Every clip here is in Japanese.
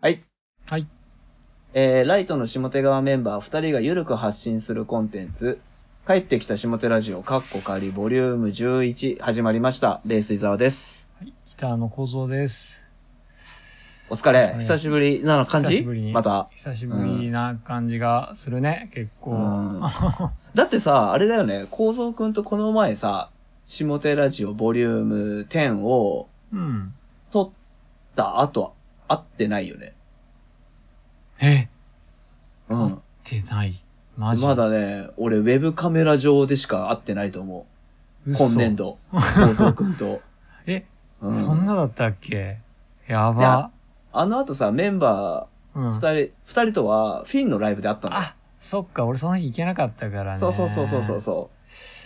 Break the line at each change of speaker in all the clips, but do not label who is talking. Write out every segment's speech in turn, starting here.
はい。
はい。
えー、ライトの下手側メンバー2人がゆるく発信するコンテンツ、帰ってきた下手ラジオ、カッコ仮、ボリューム11、始まりました。ベース伊沢です。
はい、ギターの構造です。
お疲れ
は。い
久しぶりなの感
久
じ
しぶりに
また。
久しぶりな感じがするね、結
う
構。
ん。 だってさ、あれだよね、構造くんとこの前さ、下手ラジオ、ボリューム10を
うん。
撮った後、会ってないよね。
え、
うん。
出ない。マジ
まだね、俺、ウェブカメラ上でしか会ってないと思う。
嘘
今年 度。構造くんと。
え、
う
そん
ん。
なだったっけや
いや
ば。
あの後さ、メンバ
うん
ー、二。人、二、人とは、フィンのライブで会ったの。
あ、そっか、俺その日行けなかったからね。
そうそうそうそうそうそ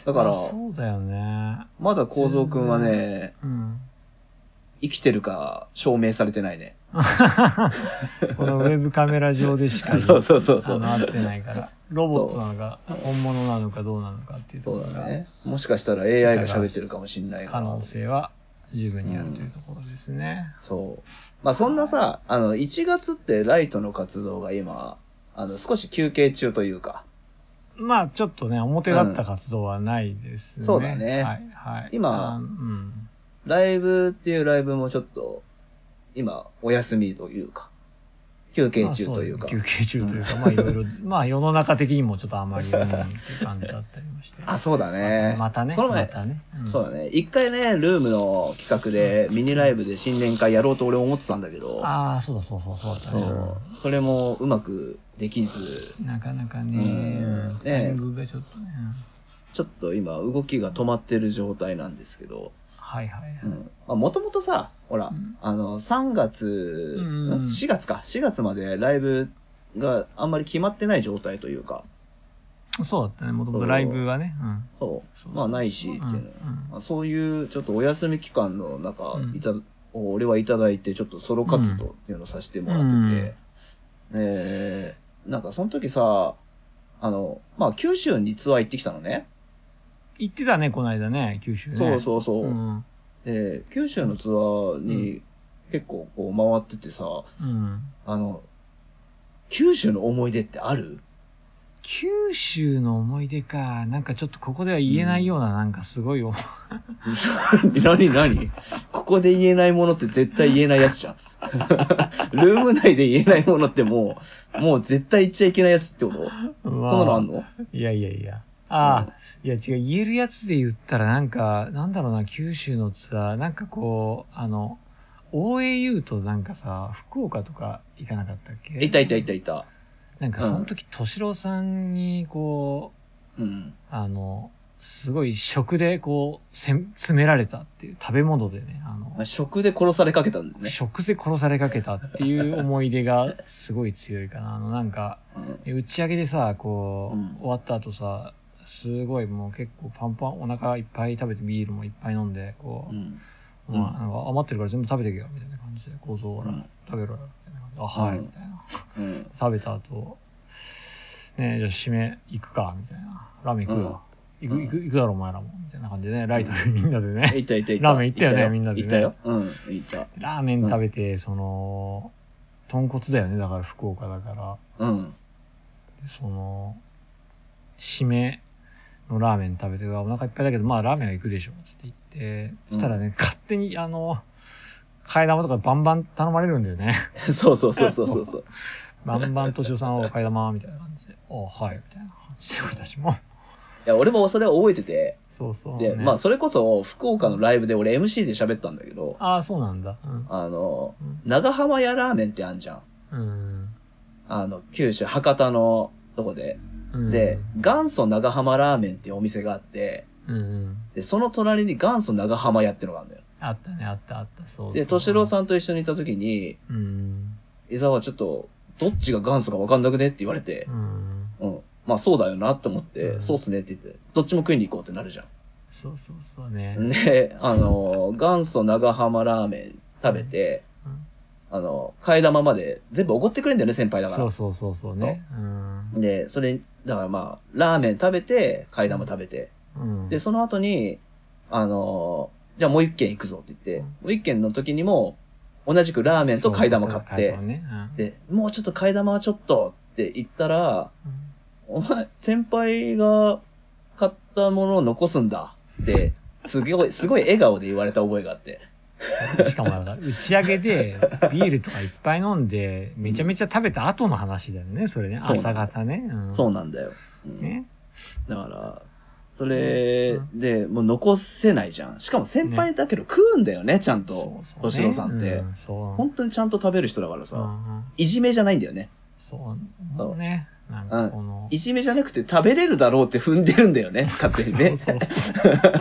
う。だから
あ、そうだよね。
まだ構造くんはね、
うん。
生きてるか証明されてないね。
このウェブカメラ上でしか
そうそうそうそ
あ
う
の。合ってないから、ロボットなのか、本物なのかどうなのかっていうと
そ
ころ
うだ
が、
ね。もしかしたら AI が喋ってるかもしんないか
可
ら
能。性は十分にあるというところですね。
そう。まあそんなさ、あの、1月ってライトの活動が今、あの、少し休憩中というか、
まあちょっとね、表立った活動はないですね。
そうだね
はい、はい。
今
あうん。
ライブっていうライブもちょっと、今、お休みというか、休憩中というか
まあ。そう休憩中というか、 まあいろいろ、まあ世の中的にもちょっとあまり、うん、っていう感じだったりもして。
あ、そうだね。
またね、
この前
またね。うん
そうだね。一回ね、ルームの企画で、ミニライブで新年会やろうと俺思ってたんだけど、
ああ、そうだそうそうそうだった
そ
ね。
うそれもうまくできず、
なかなかね、
うん
うん
ね
タイミングがちょっとね。うん
ちょっと今動きが止まってる状態なんですけど、
はいはいはい。
もともとさ、ほら、
うん
あの、3月、
うんうんうん
4月か、4月までライブがあんまり決まってない状態というか、
そうだったね、もともとライブはね。うん
そう、まあないし、っていうの
うんうん
まあそういうちょっとお休み期間の中、
うん
いたを俺はいただいてちょっとソロ活動っていうのをさせてもらってて、
うん
えーなんかその時さあのまあ九州にツアー行ってきたのね
行ってたね、この間ね、九州ね。
そうそうそう、
うん。
で九州のツアーに結構こう回っててさ
うん。
あの九州の思い出ってある
九州の思い出か。なんかちょっとここでは言えないような、なんかすごい思い
何何ここで言えないものって絶対言えないや つじゃん。ルーム内で言えないものってもう、もう絶対言っちゃいけないやつってこと
そ
そんなのあんの
いやいやいや。ああ、いや違う、言えるやつで言ったらなんか、なんだろうな、九州のツアー、なんかこう、あの、OAU となんかさ、福岡とか行かなかったっけ
いたいたいたいた。
なんかその時、敏郎さんにこう、
うん。
あの、すごい食でこう、せん詰められたっていう、食べ物でね、あの、
まあ食で殺されかけたんだよね。
食で殺されかけたっていう思い出がすごい強いかな。あの、なんか、
うん
打ち上げでさ、こう、
うん
終わった後さ、すごいもう結構パンパン、お腹いっぱい食べてビールもいっぱい飲んで、こ
う
う、
ん。
まあ、なんか余ってるから全部食べてけよ、みたいな感じで、構造を
う
ら、
ん
食べろよ、みたいな感じで、あ、はい、
うん
みたいな。
うん。
食べた後、ねえ、じゃあ締め行くか、みたいな。ラーメン行くよ。行
うん
く、行く、行くだろ、お前らも。みたいな感じでね、ライトでみんなでね。
いたいたいた。
ラーメン行ったよね
い
みんなで
行
ね
ったよ。うん。行った。
ラーメン食べて、その、豚骨だよね、だから福岡だから、
うん。
その、締めのラーメン食べて、うわお腹いっぱいだけど、まあラーメンは行くでしょ、つって言って、そしたらね、勝手に、あの、替え玉とかバンバン頼まれるんだよね。
そうそうそうそうそう そう。
バンバン敏夫さんを替え玉、みたいな感じで、おはい、みたいな感じで、俺たちも。
いや、俺も それ覚えてて。
そうそう、
で、
ね
まあ、それこそ福岡のライブで俺 MC で喋ったんだけど、
ああ、そうなんだ。うん。
あの、
うん
長浜屋ラーメンってあんじゃん。
うん。
あの、九州、博多のとこで。
うん
で、元祖長浜ラーメンっていうお店があって、
うんうん。
で、その隣に元祖長浜屋ってのがあるんだよ。
あったね、あった、あった、そう。
で、敏郎さんと一緒にいた時に、
ん。うん。
伊沢はちょっと、どっちが元祖かわかんなくねって言われて
う、ん。
うん。まあそうだよなって思って、
うん
そうっすねって言って、どっちも食いに行こうってなるじゃ
そうそうそうね。
ん。で、 あの、元祖長浜ラーメン食べて、
うん
あの、替え玉まで全部おごってくれんだよね、先輩だか
そう
ら。
そうそうそうね。うん。
で、それ、だからまあ、ラーメン食べて、替え玉食べて、
うん、
で、その後に、あのーじゃあもう一軒行くぞって言って、
うん
もう一軒の時にも、同じくラーメンと替え玉買っ
替え
て
玉、ねうん
で、もうちょっと替え玉はちょっとって言ったら、お前、先輩が買ったものを残すんだって、すごい、すごい笑顔で言われた覚えがあって。
うんしかもあの打ち上 げでビールとかいっぱい飲んでめちゃめちゃ食べた後の話だよねそれね
そう
朝方ね、うん
そうなんだよ。うん
ね
だから、それでもう残せないじゃん。しかも先輩だけど食うんだよね、ちゃんと
そう。
敏
そうね
郎さんって
う。そう
本当にちゃんと食べる人だから
う
さ、
んうん
いじめじゃないんだよね。
そうもうねなんかこの、
いじめじゃなくて食べれるだろうって踏んでるんだよね、勝手にね。
そうそうそ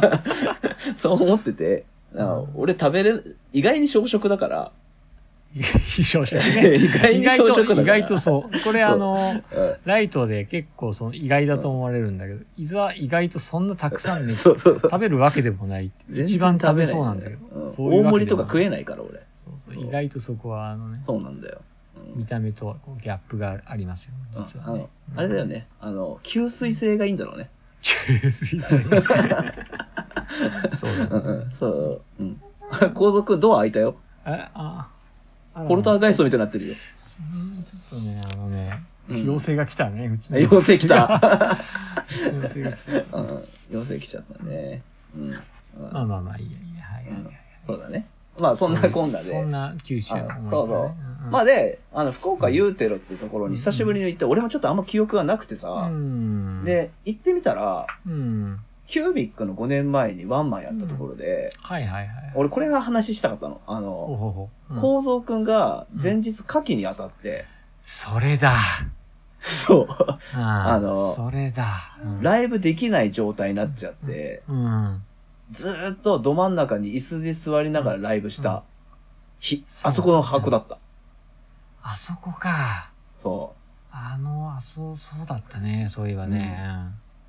う
そう思ってて、あ
うん
俺食べれる、意外に小食だ から、
意外に小食 ね
意外
意
に
外
小
と
食だから。
意外とそうこれあの
うん
ライトで結構その意外だと思われるんだけど、いざ意外とそんなたくさんね
そうそうそう。
食べるわけでもないって
全然
一番食べ
食べ
そう
な
ないん
んだ
だけ
よ
ど、
うん
そういう
大
わ
盛
け
り
で
と
も
か食えないから、俺。
そう
そ
そうう意外とそこはあのね
そうなんだよ。うん
見た目とはこうギャップがありますよね
うん
実
あ
はね
の、あれだよね。あの、吸水性がいいんだろうね。
吸水性 そう
う
だ
んう
ね
ん、そう。うん。 後続ドア開いたよ。
あああ
ポルター
ー
ガイストみたいになってるよ。
ちょっとねあのね
うん
妖精が来たねうちの
妖精来 た。
妖精が来た
うん。妖精来ちゃったね。うん。うん
まあまあまあいいやいいやはいはいはい
そうだね。まあ、そんなこんなで。
そんな九州の思い出ね
あそうそうん
ん
まあで、あの、福岡ユーテロっていうところに久しぶりに行って、俺もちょっとあんま記憶がなくてさ、
うん、
で、行ってみたら、
うん、
キュービックの5年前にワンマンやったところで、
はいはいはい。
俺これが話したかったの。あ
ほう
の、
ほうほう、うん
構造くんが前日牡蠣に当たって、
それだ。
そう、
あ
あの
それだ。うん
ライブできない状態になっちゃって、
うん。
ずーっとど真ん中に椅子で座りながらライブし
うんう
た
ん
日、あそこの箱だった。
あそこか。
そ
あの、あそう、そうだったね。そういえばね。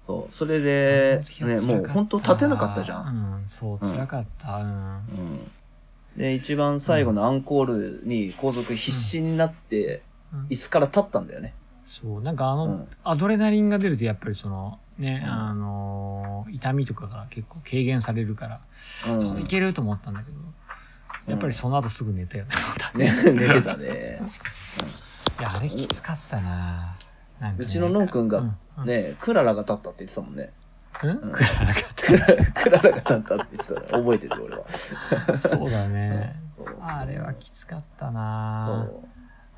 う、そう、それ
うん
で、
あの
ね、
時
もう
は辛かった
本当立てなかったじゃん。
うん、そう、
うん
辛かった。うん。
で、一番最後のアンコールに皇族必死になって、
うん
椅子から立ったんだよね。
そう、なんかあの、
うん
アドレナリンが出ると、やっぱりその、ね、
うん
あのー痛みとかが結構軽減されるから、
うん。
いけると思ったんだけど、やっぱりその後すぐ寝たよね。
ね、寝てたね。
いや、あれきつかったな。なんかね
うちののんくんが、
うん、
ねクララが立ったって言ってたもんね。
うん
うん
クララが
クラクララが立ったって言ってたの覚えてる、俺は。
そうだ ね。
そう
あれはきつかった
そ
な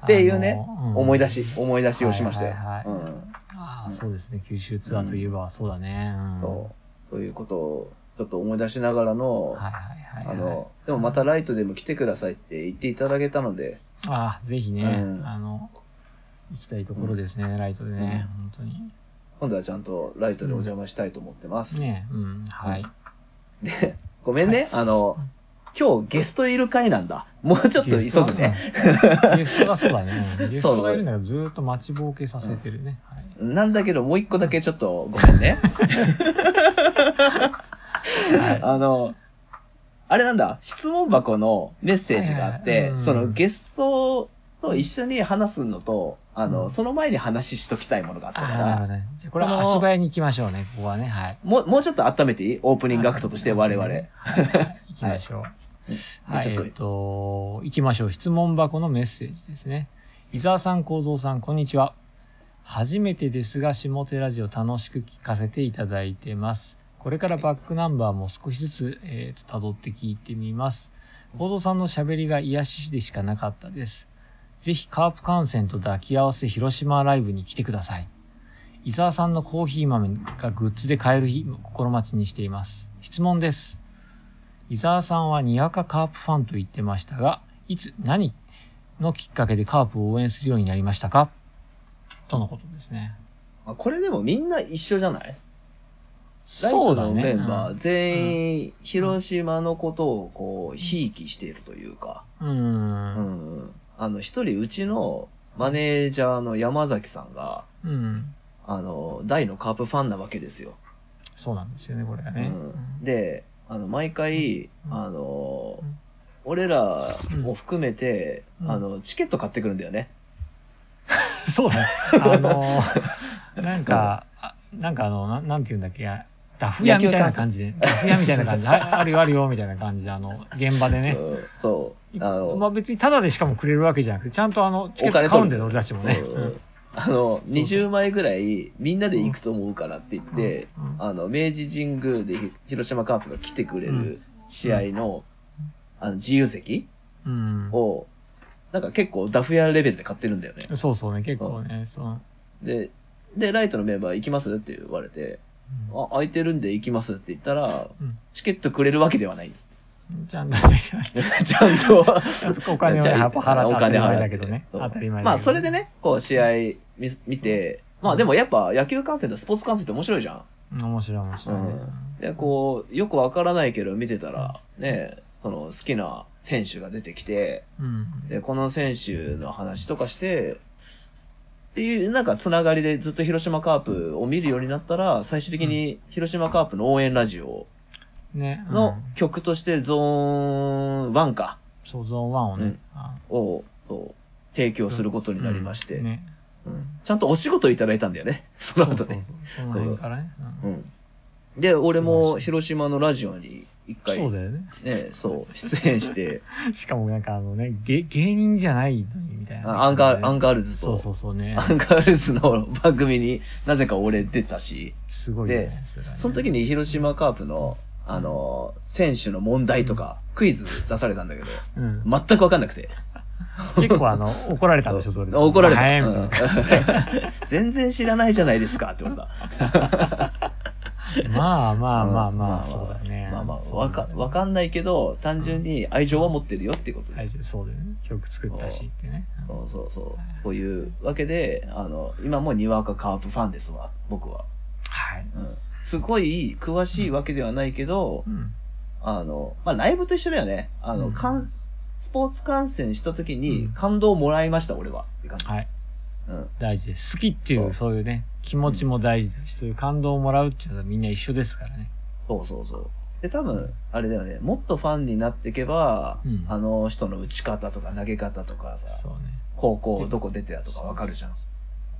うっていうね
あのうん
思い出し、思い出しをしましたよ。
はいはいはい
うん。
ああ、そうですね。九州ツアーといえばそうだね。うん
そう。そういうことを、ちょっと思い出しながらの、
はいはいはいはい。
あの、でもまたライトでも来てくださいって言っていただけたので、
ああ、ぜひね、
うん
あの、行きたいところですね、ライトでね、本当に。
今度はちゃんとライトでお邪魔したいと思ってます。
ね、うん、はい。
ごめんね、あの、今日ゲストいる回なんだ。もうちょっと急ぐね。
うん。ゲストがそう だね。うんゲストがいるんだけど、ずーっと待ちぼうけさせてるね。はい
なんだけど、もう一個だけちょっとごめんね。
はい
あの、あれなんだ、質問箱のメッセージがあっ
はいはい
て
は、い
その
うん
ゲストと一緒に話すのと、あ
う
の、
ん
その前に話ししときたいものがあった
あ
か
あ、なるほ
ら、
どね。じゃあこれは足早に行きましょうね、ここはね。はい。
もう、もうちょっと温めていいオープニングアクトとして我々。
はい行きましょう。
はい
はい、
ち
え
ょっと
っと、行きましょう。質問箱のメッセージですね。伊沢さん、幸三さん、こんにちは。初めてですが、下手ラジオ楽しく聞かせていただいてます。これからバックナンバーも少しずつ、えーと、辿って聞いてみます。幸三さんの喋りが癒しでしかなかったです。ぜひカープ観戦と抱き合わせ広島ライブに来てください。伊沢さんのコーヒー豆がグッズで買える日も心待ちにしています。質問です。伊沢さんはにわかカープファンと言ってましたが、いつ、何のきっかけでカープを応援するようになりましたかとのことですね。
あこれでもみんな一緒じゃないライ
そ
ト
うだ
の
ね。
メンバー
うん
全員、広島のことをこう、ひいきしているというか、
うん。
う
うん。
んうん。あの、一人うちのマネージャーの山崎さんが、あの、大のカープファンなわけですよ。
そうなんですよね、これがね。
うん、で、あの、毎回、
うん
あの、
うん
俺らを含めて、
うん
あの、チケット買ってくるんだよね。
そうだね。あのーなんか、あなんかあの、ななんて言うんだっけ、あダフ屋みたいな感じで、ダフ屋みたいな感じで、はいあるよあるよみたいな感じで、あの、現場でね
そ、う。そあの
まあ別にタダでしかもくれるわけじゃなくて、ちゃんとあの、チケット買うんだよね、俺たちもね。
そう
うん
あの、20枚ぐらいみんなで行くと思うからって言って、、
うん
あの、明治神宮でひ広島カープが来てくれ
う
る
ん
試合の、あの、自由席
うん
を、なんか結構ダフ屋レベルで買ってるんだよね。
そうそうね、結構ね、そう。うん
で、で、ライトのメンバー行きますって言われて、あ、空いてるんで行きますって言ったら、
うん
チケットくれるわけでは ない。
ちゃんとね、
ちゃんと、
お金をね
じゃあ
やっぱ払って
お
当た
金
り
払
前
って
だけどね。
そう
当たり前だけど
まあ、それで。ね、こう、試合見す見て、まあ、でもやっぱ野球観戦とスポーツ観戦って面白いじゃん。
うん面白い面白いね。
で、こう、よくわからないけど見てたら、ね、その好きな選手が出てきて、
うん。
で、この選手の話とかして、っていう、なんか、つながりでずっと広島カープを見るようになったら、最終的に広島カープの応援ラジオ
ね、うん
の曲としてゾーン1か、
そう、ゾーン1を
う
ね
ん、
あ
を、そう、提供することになりまして、
うんね。
うんちゃんとお仕事いただいたんだよね、 その
そう
後
そうそう
ね。
その辺からね。うん
うんで、俺も広島のラジオに一回、
そうだよね。
ね、そう、出演して、
しかもなんかあのね、芸芸人じゃないのにみたいな。
あアンガーアンガールズ
そう
と、
そうそうね。
アンガールズの番組になぜか俺出たし、
すごいよね。れがね
その時に広島カープの、あの、選手の問題とか、クイズ出されたんだけど、
うん
全くわかんなくて。
結構あの、怒られたんでしょ、それ で。
怒られた。
はい、み
う
た
ん
い
全然知らないじゃないですかって言われた。
なまあまあまあまあ、
うん
そうだね。
まあまあ、
そうだね
わか、わかんないけど、単純に愛情は持ってるよっていうことで
大丈夫、そうだよね。曲作ったしってね。うん
そうそうそう。そういうわけで、あの、今もにわかカープファンですわ、僕は。
はい。
うん。すごい詳しいわけではないけど、
うん
あの、まあ、ライブと一緒だよね。あの、
うん
かん、スポーツ観戦した時
う
に
ん
感動をもらいました、俺は。って感じ。
はい。
うん。
大事です。好きってい
そう
う、そういうね、気持ちも大事だし、そういう感動をもらうっていうのはみんな一緒ですからね。
そうそうそう。で、多分、あれだよね。もっとファンになっていけば、
うん
あの人の打ち方とか投げ方とかさ、
そうね。
高校どこ出てたとかわかるじゃん。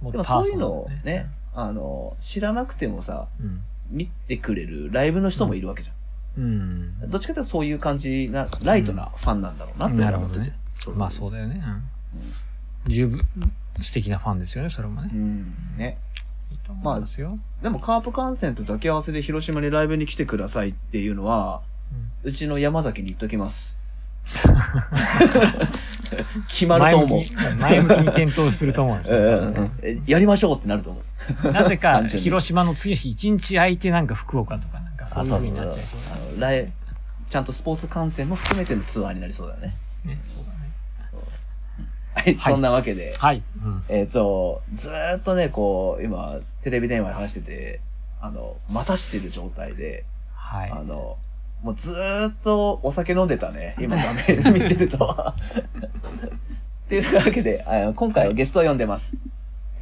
も
でもそういうのを
パーソナルだ
ね、あの、知らなくてもさ、
うん。
見てくれるライブの人もいるわけじゃん。
うん。
どっちかというとそういう感じな、ライトなファンなんだろうなって俺は思ってて。
なるほどね
そ
まあそうだよね。うん。十分、素敵なファンですよね、それもね
う。ん。ね。
いいと思いますよ。
でもカープ観戦と抱き合わせで広島にライブに来てくださいっていうのは、
うん
うちの山崎に言っとき ます。決まると思う。
前向きに前向きに検討すると思うんです
うんう
よ
んうんえやりましょうってなると思う。
なぜか
単純に
広島の次の日一日空いてなんか福岡とかなんか
あ、
そ
そう
いう
う
風
そう
に
そう。
なっちゃい
あ
そうだ
のライちゃんとスポーツ観戦も含めてのツアーになりそうだね。
ね。そうだね
はい、そんなわけで。
はい。うん
えっ、と、ずーっとね、こう、今、テレビ電話で話してて、あの、待たしてる状態で、
はい。
あの、もうずーっとお酒飲んでたね。 今画面見てると。っていうわけで、あの今回はゲストを呼んでます。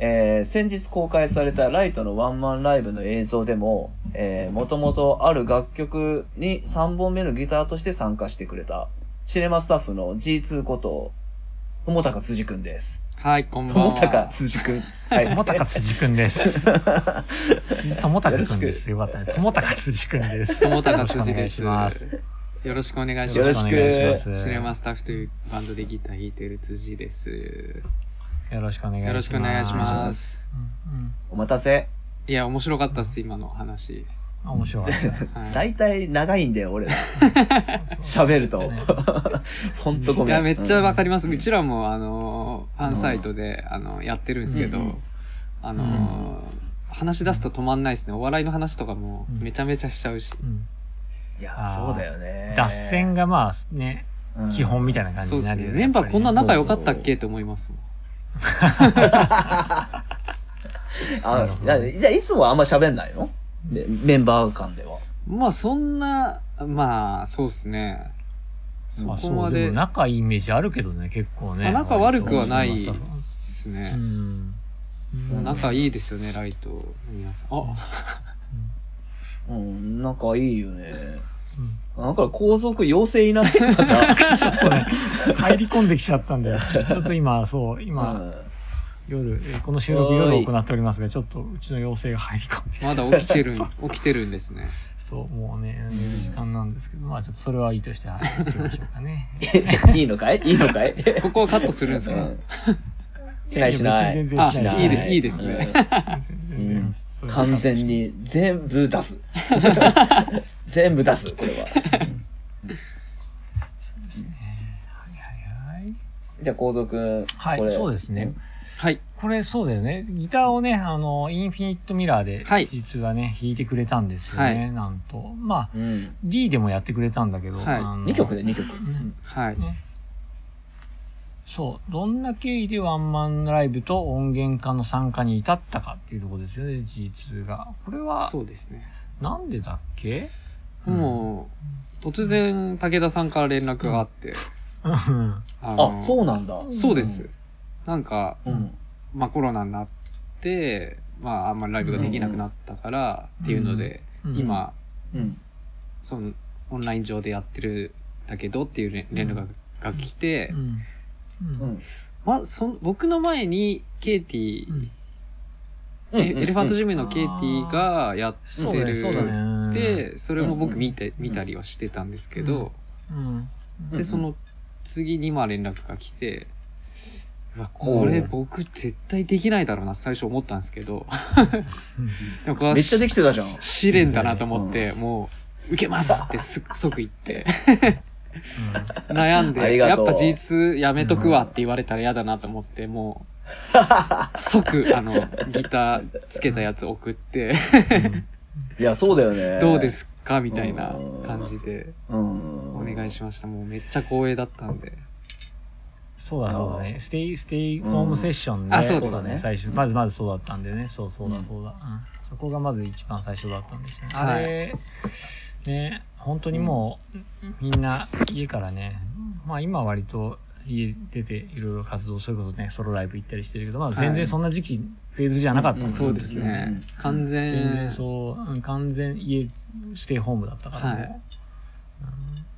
えー先日公開されたライトのワンマンライブの映像でも、えー、もともとある楽曲に3本目のギターとして参加してくれた、シネマスタッフの G2 こと、友高辻くんです。
はい、こんばんは。
友高辻くん。は
友高辻く んです。友高くんです。よかったね。友高辻くんです。
友高辻です。
よろしくお願いします
よろしくお願
よろ
いします
し。く
シネマスタッフというバンドでギター弾いてる辻です。よ
よろしくお願いします。。
ろしくお願いしますす。
うん
お待たせ。
いや、面白かったっす、今の話。
うん面白い。
は
大体長いんだよ、俺ら。
そう
喋ると
ね。
ほんとご
い。い
めん。
や、めっちゃわか
る。
ります。うちらも、あの、ファンサイトで、あの、やってるんです
う
け
んう
ど、あの、話し出すと止まんないですね。お笑いの話とかもめちゃめちゃしちゃうし。
うん
いや、
あー
そうだよね。
脱線がまあね、
うん
基本みたいな感じ
そう
に
で
な
す
る
ね。
よね。
メンバーこんな
やっぱ
仲良かったっけって思いますもん。
あじゃあじゃあ、いつもはあんま喋んないのメメンバー間では。
まあそんな、まあそうっすね。
り
そ
ねまあ
こ
そ
ま
うで
で
も
で
仲いいイメージあるけどね、結構ね。
あ仲悪くはない
割と
す
う
ね。
ん。
うん
仲いいですよね、ライトの皆さん。あ、
うん、仲いいよね。
うん
なんか皇族妖精いないまた。
入り込んできちゃったんだよ。ちょっと今、そう、今、夜、えーこの収録
おーい
夜行っておりますが、ちょっとうちの要請が入り込んで、
まだ起きてるん、起きてるんですね。
そう、もうね、寝る時間なんですけど、まあちょっとそれはいいとして、はい、行きましょうかね。
いいのかいいいのかい、
ここをカットするんです
う
か
ん、しないしない
や別に全然
あ
しない
いいでいいですね
うん
全然
うん完全に全部出す全部出すこれは
そうですねはいはい
じゃあ構造くん
はい
これ
そうですね
はい。
これそうだよね。ギターをね、あの、インフィニットミラーで、
はい
実はね、弾いてくれたんですよね、
はい
なんと。まあ、
うん、
D でもやってくれたんだけど、
はい
あの
2曲で2曲、
ん
はい。
ね。そう。どんな経緯でワンマンライブと音源化の参加に至ったかっていうところですよね、G2 が。これは、
そうですね。
なんでだっけ
もう、突然、武田さんから連絡があって。
うん。うん
あの
あそうなんだ
そうです。なんか、
うん
まあコロナになって、まああんまりライブができなくなったから
うん
っていうので、
うん
今、
うん
そのオンライン上でやってるんだけどっていうれ連絡が,、が来て
う、ん。う。
うんん
まあその僕の前にケイティ、
うん
うん
エエレファントジムのケイティがやっ
そう
て
だね、
る
そうだね。
で、それも僕見て、
うん
見たりはしてたんですけど、
うん、
うん
で、その次にまあ連絡が来て、うわ、これ僕絶対できないだろうなって最初思ったんですけど、でもこれは
めっちゃできてたじゃん
試練だなと思って、もう、受けますって す即言って、悩ん
あ
で、
りが
やっ
とう
ぱ G2 やめとくわって言われたら嫌だなと思って、もう、即、あの、ギターつけたやつ送って、
いやそうだよね
どうですかみたいな感じで
うん
お願いしました。もうめっちゃ光栄だったんで。
そうだそうだね。ステイ、ステイホームセッション
うん
で、
あそうですね
最初、まずまずそうだったんでね。そうそうだ
うん
そうだ。うんそこがまず一番最初だったんでしたね。
はい
あれ、ね、本当にもう、みんな家からね、まあ今割と家出ていろいろ活動、それこそね、ソロライブ行ったりしてるけど、まあ全
は
然
い
そんな時期、フェーズじゃなかったん
うん
そうですね。完
全然
全、
そう、うん完全家ステイホームだったからね、うん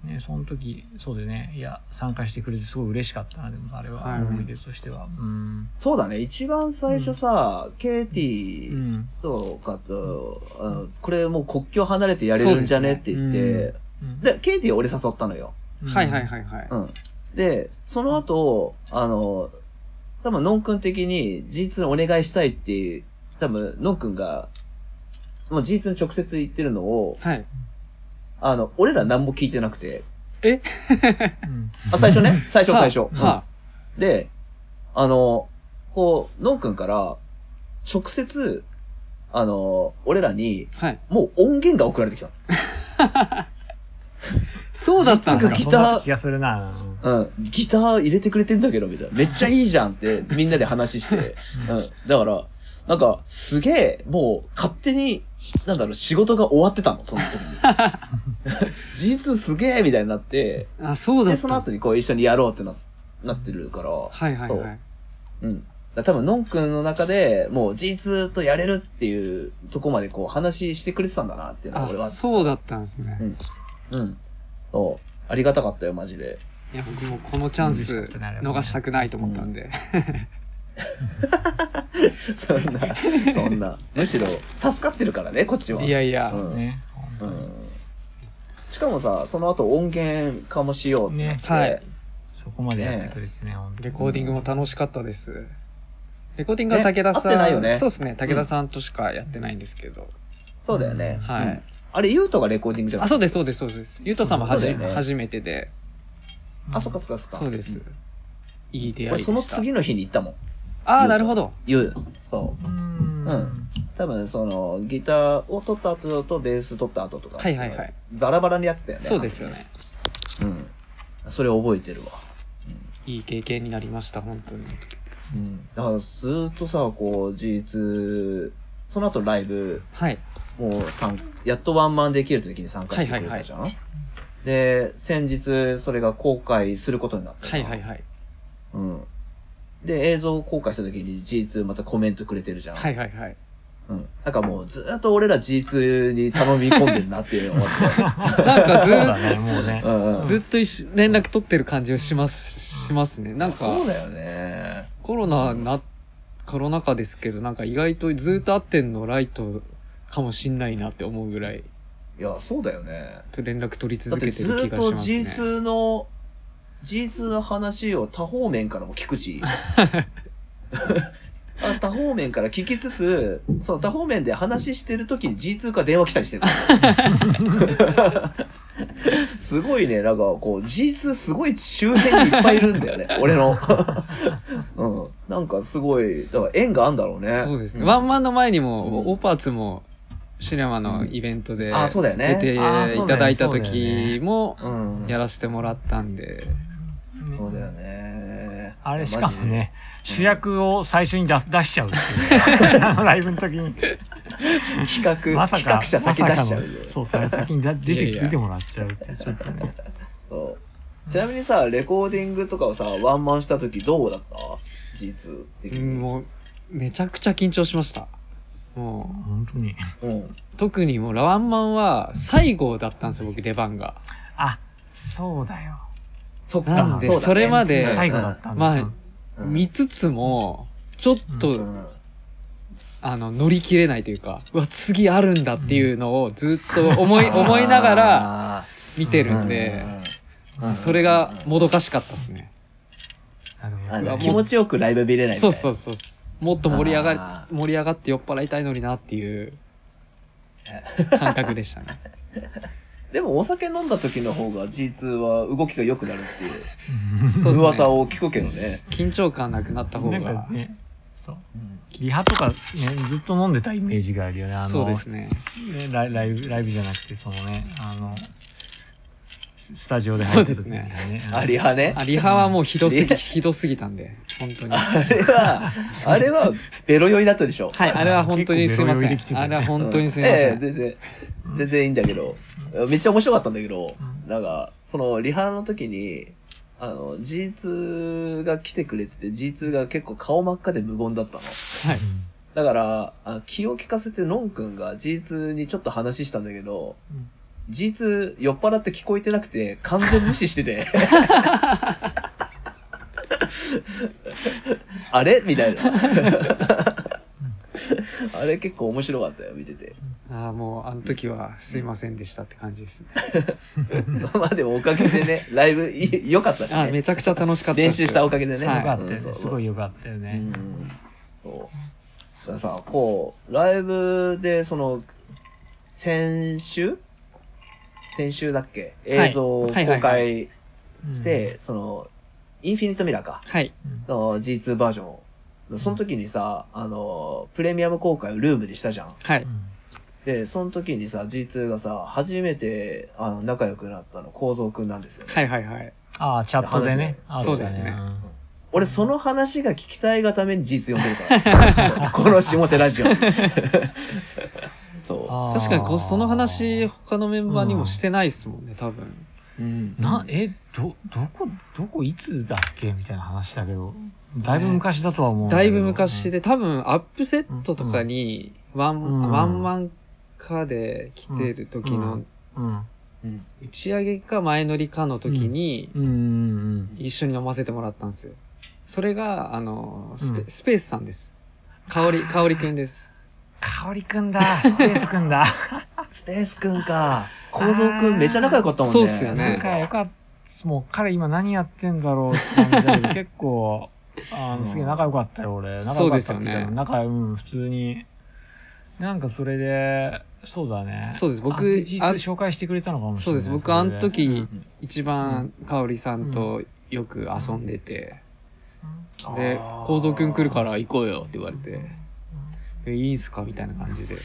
ねその時そうでねいや参加してくれてすごい嬉しかったなでもあれは、
はい
思い出としてはうん、
そうだね一番最初さ、ケイテ
う
ィ
ん
とかと、あのこれもう国境離れてやれるんじゃねって言って
そう
で,、
うん
ケイティ俺誘ったのよ、
うん
はいはいはいはい。
うん、でその後あの多分ノン君的に G2 お願いしたいっていう多分ノン君がもう G2 に直接言ってるのを
はい。
あの俺ら何も聞いてなくて
うん
あ最初ね最初最初、うん
は
で、あの、こう、のんくんから、直接、あの、俺らに、
あはい。
もう音源が送られてきたの。
そうだったん
実
です
は
か
ギ
そん
タ
な気がするな、うん
ー、うん、ギター入れてくれてんだけど、みたいな。めっちゃいいじゃんって、みんなで話して。うん、だから、なんか、すげえ、もう、勝手に、なんだろう、仕事が終わってたの、その時に。G2 すげえみたいになって、
あ、そうだ
で、
った
そ
ん
の
です
後にこう一緒にやろうってな、なってるから。
はいはいはい。
うん。だから多分、のんくんの中でもう G2 とやれるっていうとこまでこう話してくれてたんだなっていうのは俺
あ、
は。
そうだったんですね。
うん。そう。ありがたかったよ、マジで。
いや、僕もこのチャンス逃したくないと思ったんで。
そんな、そん な。むしろ、助かってるからね、こっちは。
いやいや
う、ん。
ね
うんしかもさ、その後音源化もしようってなって。
はい
そこまでやってくれてね本当に
レコーディングも楽しかったです。レコーディングは武田さん、
ね合ってないよね
そうですね、武田さんとしかやってないんですけど。
そうだよね。
はい
うんあれ、ゆうとがレコーディングじゃな
あ、
いあ、
そうです、そうです、そうです。ゆうとさんもは
そうだ
じ、
よね
初めてで。
うん
そっかそっかそっか。
そうです。
ん
いい出会い
俺、
でした。
その次の日に行ったもん。
ああ、なるほど。
ゆう。そう。
うん
うん多分そのギターを取った後とベース取った後とか、
はいはいはい
バラバラにやってたよね
そうですよね。
うんそれ覚えてるわ、
いい経験になりました、本当に。
うん、だからずーっとさこう G2 その後ライブ
はい。
もう参やっとワンマンできるって時に参加してくれたじゃん、で先日それが公開することになった
は
じゃ
い
ん
はいはい。
うん、で映像公開した時に G2 またコメントくれてるじゃん、
はいはいはい。
うん、なんかもうずーっと俺ら G2 に頼み込んでんなっていうのを思って
なんか
そう だ
ず
ねもうね
うんうん
ずっと一緒連絡取ってる感じがします、しますね。なんか、
そうだよね。
コロナな、コロナ禍ですけど、なんか意外とずっと会ってんのライトかもしんないなって思うぐらい。
いや、そうだよね。
と連絡取り
だっ
続
て
けて
ず
る
っ
気が
と
しますね。
G2 の、G2 の話を多方面からも聞く し、あ多方面から聞きつつ、その多方面で話してる時に G2 から電話来たりしてる。すごいね、なんかこう G2 すごい周辺にいっぱいいるん だよね、俺の。うん。なんかすごい、だから縁があんだろうね。
そうですね。
ん
ワンマンの前にも、
うん
オーパーツも、シネマのイベントで、
あ、そうだよ
出て
ね。
い
あーそうだ
た
よね
だいた時も、
うん。
やらせてもらったんで、
そうだよね。
あれ
い
し
や
か
マジ
も
で
ね、主役を最初に出出しちゃうっ ていうあのライブの時に。
企画、
まさ
企
か、
画者先出しちゃう
ま
よ
さかのそう、それ先に出出て
いやいや
出てもらっちゃうって、ちょっとね。
そうちなみにさ、レコーディングとかをさ、ワンマンした時どうだった ?G2 的に。
もう、めちゃくちゃ緊張しました。も
本当に。
うん。
う、特にもう、ラワンマンは最後だったんですよ、僕、出番が。
あ、そうだよ。
そっ
な
か
ん、で
うだね
それまで
最後だったんだ。
まあ
うん
うん
見つつも、ちょっと、
うん
あの、乗り切れないというか、うわ、次あるんだっていうのをずっと思い、
うん
思いながら
あ
見て
ー
るんで、
うんうんうん
それがもどかしかったですね。
な
あ
る
の
ほど
気持ちよくライブ見れないみたい
そう
な
そうそうそう。もっと盛り上
あ
が、
ー
盛り上がって酔っ払いたいのになっ ていう感覚でしたね。
でもお酒飲んだ時の方が G2 は動きが良くなるっていう
そうですね
噂を聞くけどね。
緊張感なくなった方
なん
が
か。ね、そう。
うん
リハとかね、ずっと飲んでたイメージがあるよね。あの
そうですね。
ねライライブ、ライブじゃなくて、そのね、あの、ススタジオで入った時にね。
あリハね。
あ、リハはもうひどす
リハ
ぎ、ひどすぎたんで、本当に。は
あれは、あれはベロ酔いだったでしょ。
い、あれは本当にすいま
結構
せ
ベロ酔いできて
ん。
たね
あれは本当にすいませ。
うんええ全然、全然いいんだけど、めっちゃ面白かったんだけど、
う
なんか、その、リハの時に、あの、G2 が来てくれてて、G2 が結構顔真っ赤で無言だったの。
はい。
だから、あ気を利かせてのんくんが G2 にちょっと話したんだけど、
うん
G2 酔っ払って聞こえてなくて、完全無視して て。 あれみたいな。 あれ結構面白かったよ、見てて。
ああ、もう、あの時はすいませんでしたって感じですね。
まあでもおかげで ね、ライブい良かったし
あー
ね。
めちゃくちゃ楽しかったで
練
す。
習したおかげでね。
はい
よかったよ
う
ね。
んそう
すごいよかったよね。
うんそう。だからさ、こう、ライブで、その、先週先週だっけ
はい
映像を公
はいはいは
開して、その、インフィニットミラーか。
はい。
の G2 バージョンを。その時にさ、あの、プレミアム公開をルームでしたじゃん。
は
う
い。
ん、
で、その時にさ、G2 がさ、初めて、あの、仲良くなったの、構造くんなんですよね。
はいはいはい。
ああ、チャットでね。
話
あ
ね
った
そうですね
ん
俺、その話が聞きたいがために G2 呼んでる から。この下手ラジオ。そう。
あー
確かにこ、その話、他のメンバーにもしてないですもんね、多分。
うん
な、え、ど、どこ、どこ、いつだっけみたいな話だけど、だいぶ昔だとは思うけど。
だいぶ昔で、多分、アップセットとかに、ワン、
うん
ワンマンカーで来てる時
う
の
ん、うん。
うん
打ち上げか前乗りかの時に、
うん。うん。
一緒に飲ませてもらったんですよ。それが、あの、スペ,、
うん
スペースさんです。かおり、かおりくんです。
かおりくんだ、スペースくん だ。
スペースくんか。構造くんめちゃ仲良かったもんね。
そうっすよね
そうか、よかった。もう彼今何やってんだろうって感じだけど、 結構、あ
うん。
の、すげえ仲良かったよ、俺。仲
そ
良
う
か
で
っ
す
た
よ
って
ね
いうか仲、うん、普通に。なんかそれで、そうだね。
そうです僕
あで G2
あ
紹介してくれたのかもし
そ
れ
う
な
で
い。
す。僕、あの
れで
時、一番、かおりさんとよく遊んでて、で、構造くん来るからら行こうよって言われて、えいいんすかみたいな感じで。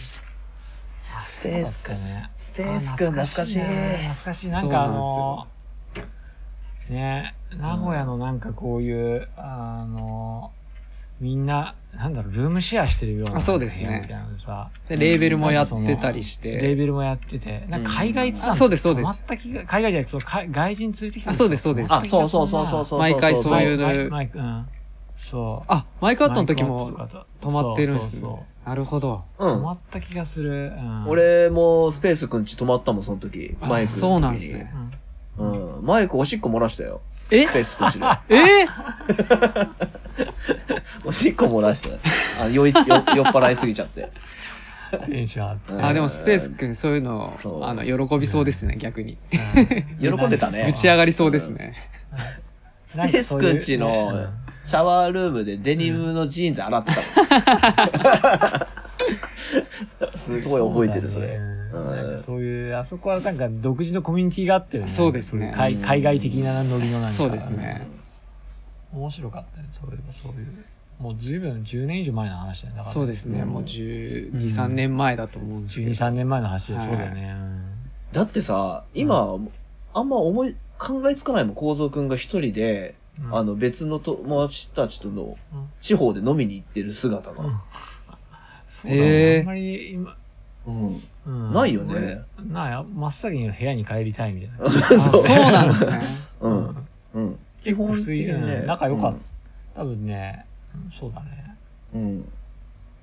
スペースくん。
ね。
スペースくん懐かしい
あ。懐かしい。なんかあの、ね、名古屋のなんかこういう、あの、みんな、なんだろう、ルームシェアしてるような。
あそうですね
部屋みたいなのでさ。
で、レーベルもやってたりし
レー
て、
ベルもやってて、なんか海外ツアー
あそうですそうです
泊まった気が海外じゃなくて、その海外人連れてきて
あそうですそうです
あ、そうそうそうそうそう。
毎回そういう
の。
の
マイマイク、うん。そう。
あ、マイクアットの時
マイ
も
クアット
泊まってるんです
そうそう
ね。なるほど。
う
そう泊ま
ん。
った気がする。うん、
俺もスペースくんち泊まったもん、その時。
あ
マイクの時に。
そうなんですね。
うん、
うん。マイクおしっこ漏らしたよ。
え
スペースくんちで。
え
おしっこ漏らした。あ酔い酔酔っ払いすぎちゃって。
テンション上がって。
うん
あ、でもスペース君、そういうの
そう、
あの、喜びそうですね、逆に。
喜んでたね
ぶち上がりそうですね。
スペースくんち
なん
の
か
シャワールームでデニムのジーンズ洗って たもん。すごい覚えてる、それ。
う
うん
んなんかそういう、あそこはなんか独自のコミュニティがあってね。
そうですね
海海外的なノリのなんか。
そうですね。
面白かったね、そういえばそういう。もう随分10年以上前の話だよね。
そうですね、
うん
もう12、3年前だと思うんですけ
12、
ど。
3年前の話で
はい
そうだよね。
だってさ、今、あんま思い、考えつかないもん、構造くんが一人で、
うん
あ、の別の友達たちとの
うん
地方で飲みに行ってる姿
うん
が。
そうだね。
えー
あんまり今、
うん。
うん
ないよね。
俺ない、真っ先に部屋に帰りたいみたい な。
あそうなんですね。
うん。うん。基本的にね
う。ん仲良かった多分ね、うんそうだね。
うん。うん。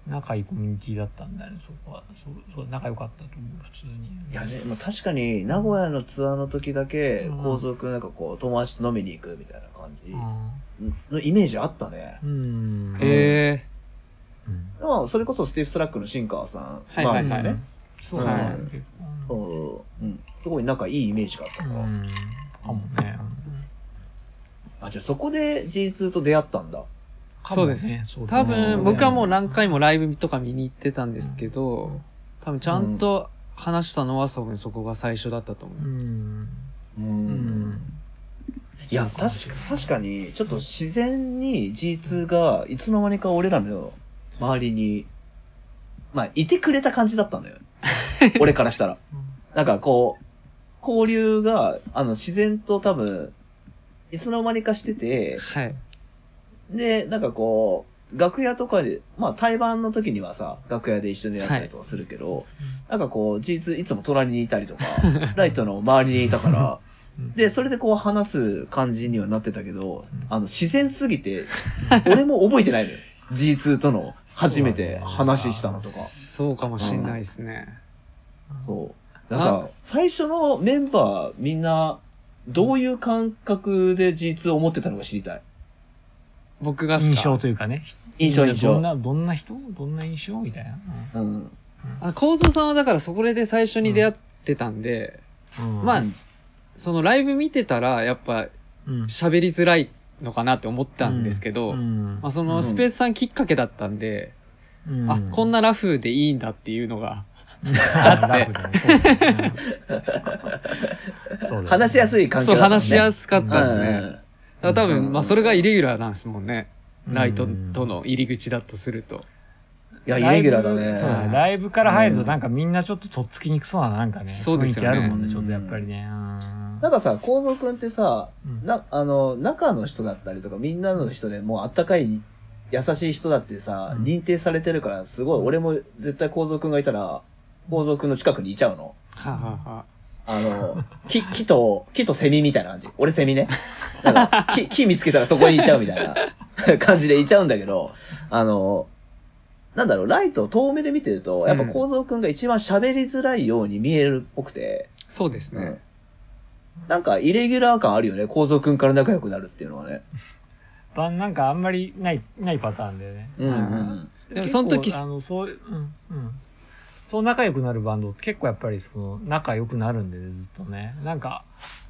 仲いいコミュニティだったんだよね、そこは。そう、そう仲良かったと思う、普通に。
いやね、まあ確かに名古屋のツアーの時だけ
う、ん
構造くんなんかこう、友達と飲みに行くみたいな感じ
う
のイメージあったね。
ん。
え
え
うん
まあ、それこそスティーブ・ストラックのシンカーさん。
はいはいはい
まあね。
そうだね。結
う
構
んうん。すごい仲いいイメージがあった
う
から。
ん。かもね。
あ、じゃあそこで G2 と出会ったんだ。
かもね
そうです。
そ
ー
うだ
多
ね
分、僕はもう何回もライブとか見に行ってたんですけど、多分ちゃんと話したのは多分そこが最初だったと思
う
う。
ん。
う。
うんん。
いや、確か確かに、ちょっと自然に G2 がいつの間にか俺らの周りに、まあ、いてくれた感じだったんだ よ。俺からしたら。なんかこう、交流が、あの、自然と多分、いつの間にかしてて、
はい。
で、なんかこう、楽屋とかで、まあ対バンの時にはさ、楽屋で一緒にやったりとかするけど、なんかこう、G2 いつも隣にいたりと か、ライトの周りにいたから、
うん
で、それでこう話す感じにはなってたけど
うん、
あの、自然すぎて、俺も覚えてないのよ。G2 との初めて話したのとか。
そうかもしんないですね。
そう。だからさ、最初のメンバーみんな、どういう感覚で G2 を持ってたのか知りたい。
僕がっすか
印象というかね。
印象印
どん
象。
な、どんな人どんな印象みたいな。
うん。
あ、構造さんはだからそこで最初に出会ってたんで、
うん
ま
う
あ
ん、
そのライブ見てたら、やっぱ
うん
喋りづらいのかなって思ったんですけど、
うん
まあ、そのスペースさんきっかけだったんで、
うん
あ、こんなラフでいいんだっていうのが、
あって。そう
話しやすい環
そ
境
う
だったもんね。
話しやすかったですね。
うん
だから多
うん
分、まあそれがイレギュラーなんですもんね。
うん
ライトとの入り口だとすると。
いや、イレギュラーだ
そうだ
ね。
ねライブから入るとなんかみんなちょっととっつきにくそうななんかね
そうですよね
雰囲気あるもんねちょっとやっぱりね
なんかさ、構造くんってさ、
うん
な、あの、中の人だったりとか、みんなの人でもうあったかい、優しい人だってさ、
うん
認定されてるから、すごい、俺も絶対構造くんがいたら、構造くんの近くにいちゃうの。
はあ、はあは
あの、 木、木と、木とセミみたいな感じ。俺セミね。なんか、木、木見つけたらそこにいちゃうみたいな 感じでいちゃうんだけど、あの、なんだろう、ライトを遠目で見てると、やっぱ構造くんが一番喋りづらいように見えるっぽくて、
あそうですね。
なんか、イレギュラー感あるよね。構造くんから仲良くなるっていうのはね。
ばなんかあんまりないないパターンだよね
うんうんう。
うんでもその時
結構あのそううんうんそう仲良くなるバンドって結構やっぱりその仲良くなるんでねずっとねなんか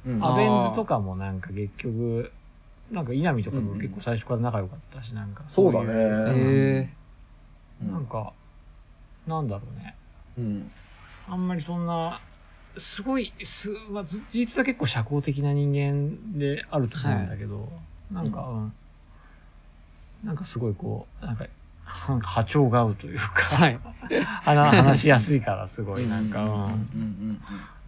うん
ア
あ
ベンズとかもなんか結局なんか稲見とかも結構最初から仲良かったしなんか
そうだ
い
え
ね。
え
う
なん
ん
かなんだろうね
うん。
あんまりそんな、すごい、す、まあ、ず実は結構社交的な人間であると思うんだけど、なんか、うん、なんかすごいこう、なんか、なんか波長が合うというか、
はい。
話話しやすいからすごい、なんか、
うんうん
う
うん。
ん、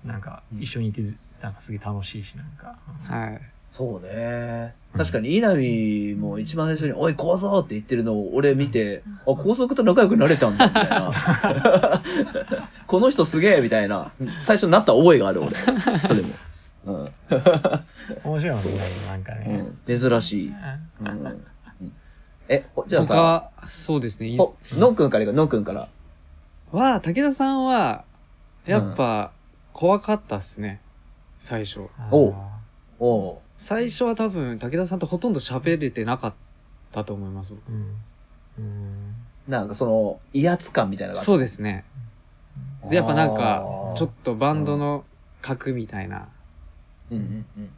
なんか一緒にいて、なんかすげえ楽しいし、なんか、
はい。
そうね。確かに、稲見も一番最初に、おい、構造って言ってるのを俺見て、あ、高速と仲良くなれたんだ、みたいな。この人すげえ、みたいな。最初になった覚えがある、俺。それも。うん
面白いもんね、なんかね。
うん。珍しい。
う
うんうん。え、おじゃあさ、
他、そうですね。い
おのんくんからいいか、のんくんから。
は、武田さんは、やっぱ、怖かったっすね。最初。
ん
おうおう。
最初は多分、武田さんとほとんど喋れてなかったと思います。僕
うん。うん。
なんかその、威圧感みたいなのがあった
そうですね。でやっぱなんか
あー
ちょっとバンドの格みたいな。
うんうんうん。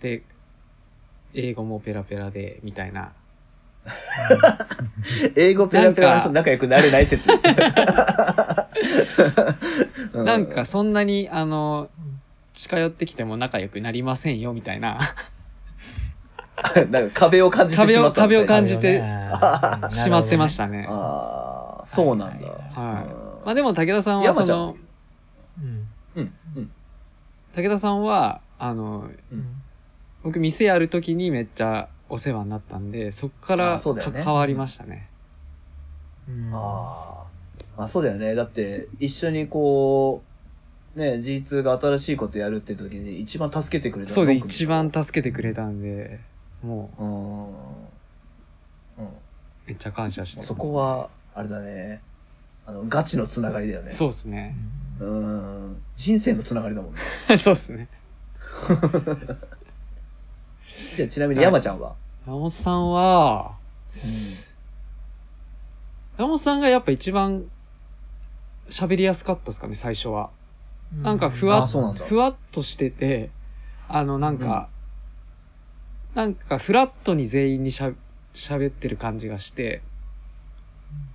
で、英語もペラペラで、みたいな。
英語ペラペラの人と仲良くなれない説。 う
なんか、そんなに、あの、近寄ってきても仲良くなりませんよ、みたいな。
なんか壁を感じてし
壁
まっ
を、
たんで
壁
す
を
ね
感じて
あー
しまってまし
な
たね。
ああ、そうなんだ。
はい
は
うん
い。まあでも武田さんは、
山
そ
ちゃん
の、
るほどね。
うん、うん。
武田さんは、あの、
うんうん
僕店やるときにめっちゃお世話になったんで、そこか
あ
ら
そうだよね
関わりましたね。
うん
あーまあ、そうだよね。だって、一緒にこう、ね、G2 が新しいことやるって時に一番助けてくれた
そうで、
僕し
一
ょ
番助けてくれたんで、も
うーん。うん。
うめっちゃ感謝してます
そこは、あれだね。あの、ガチのつながりだよね。
そうですね。
う。うん。人生のつながりだもんね。
そうですね。
じゃあちなみに山ちゃんは、
山本さんは、山本さんがやっぱ一番喋りやすかったですかね、最初は。なんかふわ
あそうなんだ
ふわっとしてて、あの、なんか、なんかフラットに全員にしゃ喋ってる感じがして、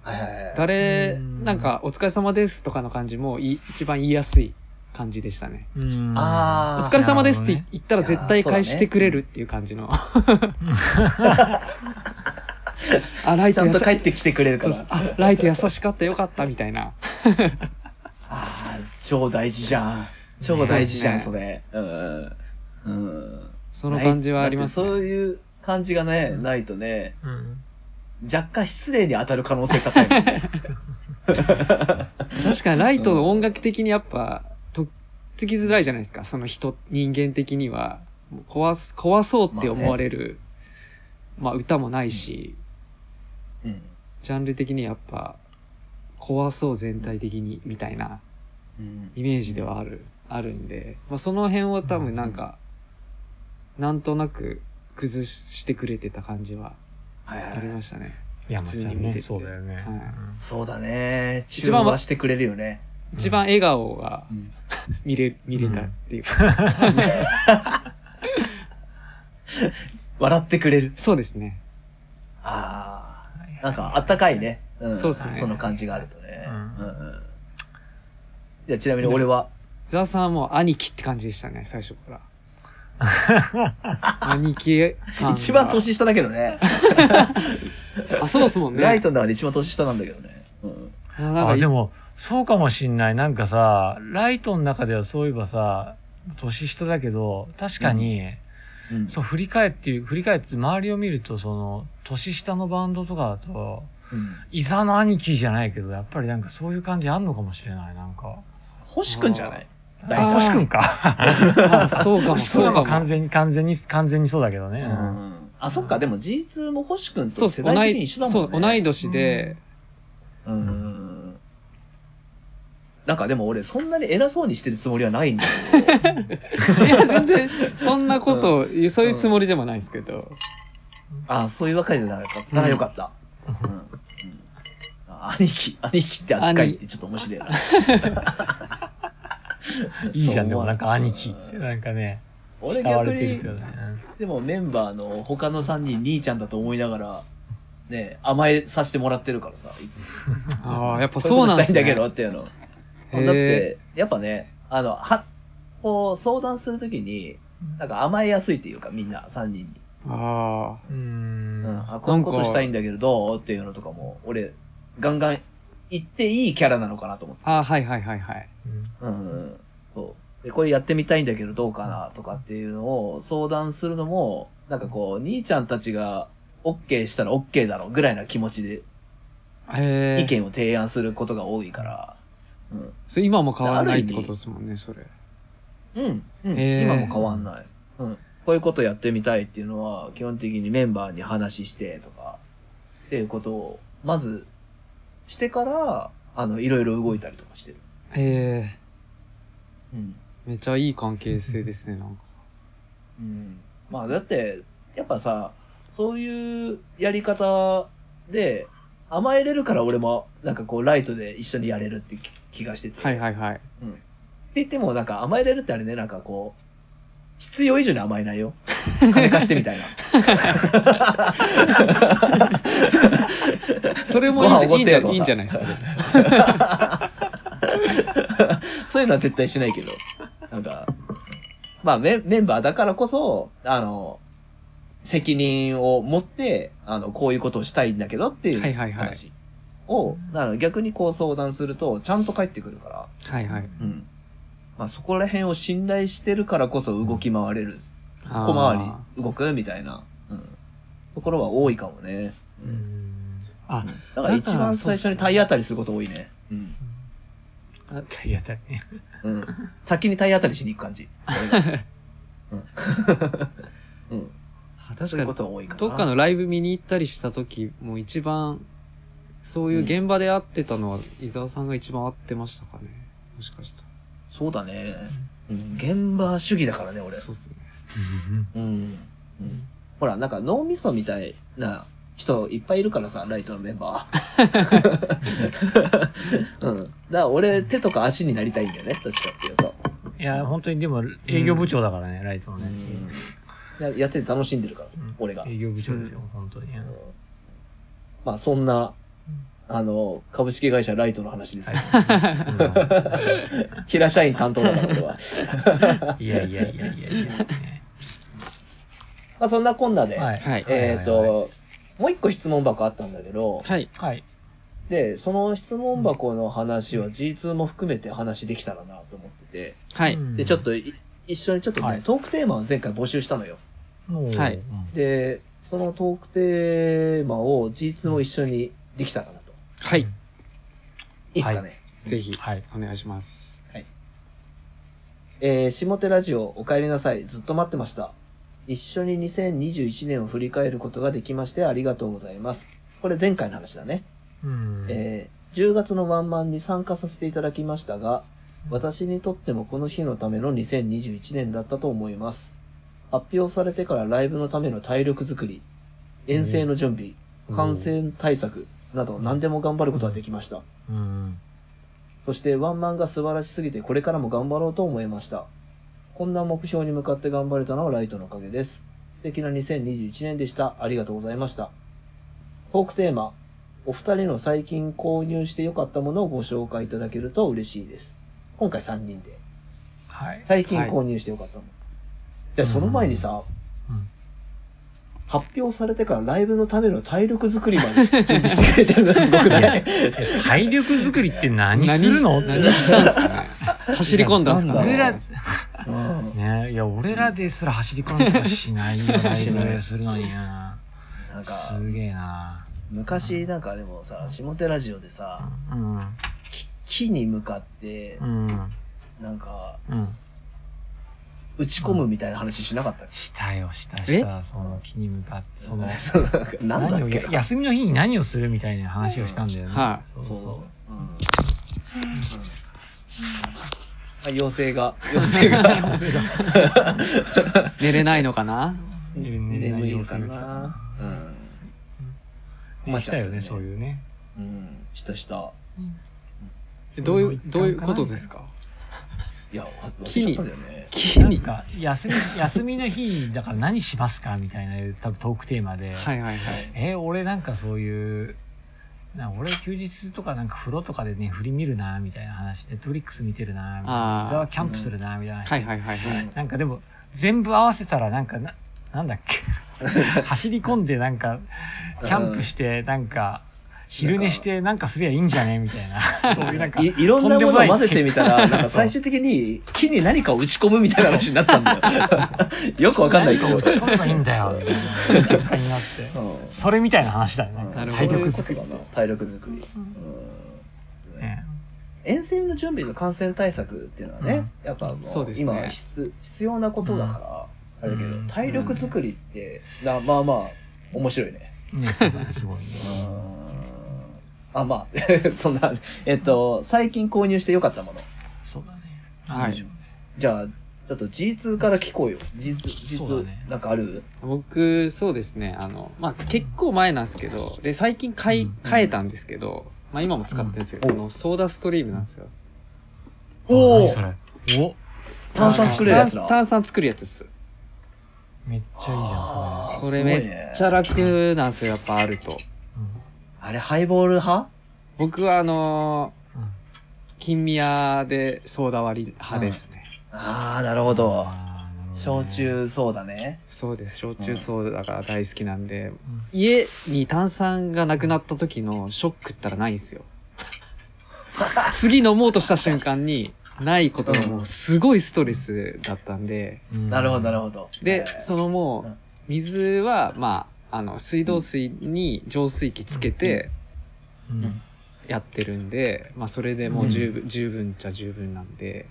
はいはいはい。
誰、
うん
なんか、お疲れ様ですとかの感じもい一番言いやすい感じでしたね。
うん
あ
お
ー
疲れ様ですっ
なる
て
ほ
言ったら絶対返してくれるっていう 感じの。あ、ライ
ち
ト
ゃん
優
と
し
帰ってきてくれるか
そう
ら。
そうあ、ライト優しかったよかったみたい
あ
な。
あ、超大事じゃん。超大事じゃん、
そ
そうれ。うん。うん。
その感じはあります
だって
ね。
そういう感じがね、ないとね、
どねうん
若干失礼に当たる可能性高いもん ね。
確かにライトの音楽的にやっぱ、とっつきづらいじゃないですか。その人、人間的には。もう壊す、壊そうって思われる。まあ、歌もないし、
うん。
ジャンル的にやっぱ、怖そう全体的に、みたいな
うん
イメージではある、あるんで、まあその辺は多分なんか、なんとなく崩してくれてた感じは
はいは
あり
い。
ましたね。
山ちゃ
普通
ん
に見て
ね。
て
そうだよね。
はい
うん
そうだね。
一
注
番は
文はしてくれるよね。
一番笑顔が
うん
見れ、見れたっていうか、
笑ってくれる。
そうですね。
ああ。なんか、あったかいね。うん。
そうっすね
その感じがあるとね。
うん
うんうん。じゃあ、ちなみに俺は、
ザワさんはもう兄貴って感じでしたね、最初から。 兄貴感が
一番年下だけどね。
あ、そうですもんね。
ライトの中で一番年下なんだけどね。うん。
あなんか
あ、でも、そうかもしんない。なんかさ、ライトの中ではそういえばさ、年下だけど、確かに、
うん。
そう、振り返って、振り返って、周りを見ると、その、年下のバンドとかだと、
うん
伊沢の兄貴じゃないけど、やっぱりなんかそういう感じあんのかもしれない、なんか。
星くんじゃない
あー
あ、星くんか。
あそうかも、
星く
そ
ん
うか
は
も
完。全に、完全に、完全にそうだけどね。
う
うん
ん。あ、そっか、でも G2 も星くん
そう
と
っす
世
同
代的に
い、
一緒だ
そ
も
うん
ね。
同い年で、
うんうんうん。なんかでも俺そんなに偉そうにしてるつもりはないんだけど。
いや、全然、そんなことを言う、そういうつもりでもないですけど。
あ、そういうわけじゃなかった。ならよかった。うん。うんあ兄貴、兄貴って扱いってちょっと面白いな。
いいじゃ
そう
ん、でもなんか兄貴
う。ん
なんかね、
俺
慕わ
逆
れてる
に
け、どね。
でもメンバーの他の3人兄ちゃんだと思いながら、ね、甘えさせてもらってるからさ、いつも。
ああ、やっぱそうなん
こいことしたい
です
ん
ね。
だけどっていうの。
へー
だって、やっぱね、あの、は、こう、相談するときに、なんか甘えやすいっていうか、みんな、3人に。
あ
うー。
うんん。あ、こういうことしたいんだけど、どうっていうのとかも、俺、ガンガン言っていいキャラなのかなと思って。
あ、ああ、はいはいはいはい。
う
う
ん
んうんうん。そう。で、これやってみたいんだけど、どうかなとかっていうのを相談するのも、なんかこう、兄ちゃんたちが、OK したら OK だろうぐらいな気持ちで
へえ。
意見を提案することが多いから、うん。
それ今も変わらないってことですもんね、それ。
うん、うん
へー
今も変わんない、うん。こういうことやってみたいっていうのは、基本的にメンバーに話してとか、っていうことを、まず、してから、あの、いろいろ動いたりとかしてる。
へえ。
うん。
めちゃいい関係性ですね、なんか。
うん。まあ、だって、やっぱさ、そういうやり方で、甘えれるから俺も、なんかこう、ライトで一緒にやれるって気気がしてて。
はいはいは
っ
い。
て言っても、なんか甘えれるってあれね、なんかこう、必要以上に甘えない よ。金貸してみたいな。
それもいいんじゃ
ご飯おご
いい
っ
ん
て
じ
よ
ゃ
とかさ
いいんじゃないですかね。
そういうのは絶対しないけど。なんか、まあメメンバーだからこそ、あの、責任を持って、あの、こういうことをしたいんだけどっていう
はい
話
はいはい。
を、あの逆にこう相談すると、ちゃんと返ってくるから、
はいはい。
うん。まあそこら辺を信頼してるからこそ動き回れる。小回
あ
り動くみたいな、うん、ところは多いかもね。
うん。
ー。あ、
だから一番最初に体当たりすること多いね。うん。
体当たり ね。
うん。先に体当たりしに行く感 じ。俺がうん。うん。
あ
そ
確
ういう
か
こ
に、
とは多いかな。
どっかのライブ見に行ったりした時も一番、そういう現場で会ってたのは、伊沢さんが一番会ってましたかね。もしかしたら。
そうだね。うん。現場主義だからね、俺。
そうですね。
うん。うん。ほら、なんか脳みそみたいな人いっぱいいるからさ、ライトのメンバ ーは。うん。だから俺、手とか足になりたいんだよね、どっちかっていうと。
いや、本当にでも営業部長だからね、ライトのね。
ややってて楽しんでるから、俺が。
営業部長ですよ、本当に。
まあそんな、あの、株式会社ライトの話ですよ。
は
平社員担当だから俺 は。
いいやいやいやいやいや。ね
まあそんなこんなで、
はい。はい
えっ、と、、もう一個質問箱あったんだけど、
はい。
はい。
で、その質問箱の話は G2 も含めて話できたらなと思ってて、
はい。
で、ちょっとい一緒にちょっとね、
はい
トークテーマを前回募集したのよ。
もう、
はい
で、そのトークテーマを G2 も一緒にできたらなと。
はい。
いいっすかね。
ぜひ、
はい
お願いします。
えー、下手ラジオお帰りなさい。ずっと待ってました。一緒に2021年を振り返ることができましてありがとうございます。これ前回の話だね。
うん。
えー、10月のワンマンに参加させていただきましたが、私にとってもこの日のための2021年だったと思います。発表されてからライブのための体力作り、遠征の準備、
うん
感染対策など何でも頑張ることができました。
うん。
そしてワンマンが素晴らしすぎてこれからも頑張ろうと思いました。こんな目標に向かって頑張れたのはライトのおかげです。素敵な2021年でした。ありがとうございました。トークテーマ、お二人の最近購入して良かったものをご紹介いただけると嬉しいです。今回3人で。
はい。
最近購入して良かったもの。で、その前にさ、
うん
発表されてからライブのための体力作りまで準備してくれてるのがすごく ない
体力作りって何するの
何したんですか ね走り込んだんですか
俺ら
ね、
うん
ねいや、俺らですら走り込んだりしないよ、ライブする のにな。
なんか、
すげえな。
昔なんかでもさ下手ラジオでさ
うん。
木木に向かって
うん。
なんか
うん。
打ち込むみたいな話しなかったっ
したよ、したした。その木に向かって、
け
そ の、
そうなんかなんだ
何
っ
を
け
や、休みの日に何をするみたいな話をしたんだよね。
は
そう
そ
そう、うんうんあ妖精が妖精が
寝れないのかな
う。
眠いのか
夜
なうん
寝
困っ
し
ちゃ
た
う
よ
よね
ね、そういうね。
うんしたした
どういう、どういうことですか
いやわ忘れちゃったんだよね
木
なん
に。
か休み 休みの日だから何しますかみたいな多分トークテーマで、
はいはいはい。
えー俺なんかそういうな俺休日とかなんか風呂とかでね振り見るなみたいな話ネットフリックス見てるなみたいな
あー
伊沢キャンプするなみたいな、
はいはいはいは
う
い
ん。
なんかでも全部合わせたらなんかななんだっ け走り込んでなんかキャンプしてなんか昼寝してなんかすりゃいいんじゃねみたいなそういうなんか
いいろんなものを混ぜてみたら、なんか
そう
最終的に木に何かを打ち込むみたいな話になったんだよ。よくわかんないけど。
打ち込めばいい んだよみたいな結果になって。
うん
それみたいな話だよ
うん
ね。
なるほ
体
ど
力作
そうい
り
うことだな体力作り。うん
ね。
遠征の準備の感染対策っていうのはね、やっぱもう
そうですね
今は必必要なことだから、
うん
あれだけ
う
ど、
ん
体力作りって、なまあまあ、面白いね。
ね、そうだね、すごいね。
うんあ、 まあ、そんな、えっと、最近購入してよかったもの。
そうだね。
はい
なんでしょうね
じゃあ、ちょっと G2 から聞こうよ。G2、G2、
そうだね
なんかある
僕、そうですね。あの、まあ、結構前なんですけど、で、最近買
う
い
ん、
変えたんですけど、まあ、今も使ってるんですけど、
うん
このソーダストリームなんですよ。
お
お
お
それお
炭酸作れるやつ
炭
な。
炭酸作るやつです。
めっちゃいいじゃ
あー
ん、
これ
すごい
め
ね
っちゃ楽なんですよ、やっぱあると。
あれ、ハイボール派
僕はあの
それ。うん。
ー金宮でソーダ割り派ですね。
ああ、なるほど。
あーなるほどね
焼。酎そうだね。
そうです。焼酎ソーダが大好きなんで、
うん
家に炭酸がなくなった時のショックったらないんですよ。次飲もうとした瞬間に、ないことがもうすごいストレスだったんで、
うん
なるほど、なるほど。
で、
えー
そのも
うん
う、水は、まあ、あの、水道水に浄水器つけて
うん
やってるんで、まあ、それでもう十分、十分っちゃ十分なんで、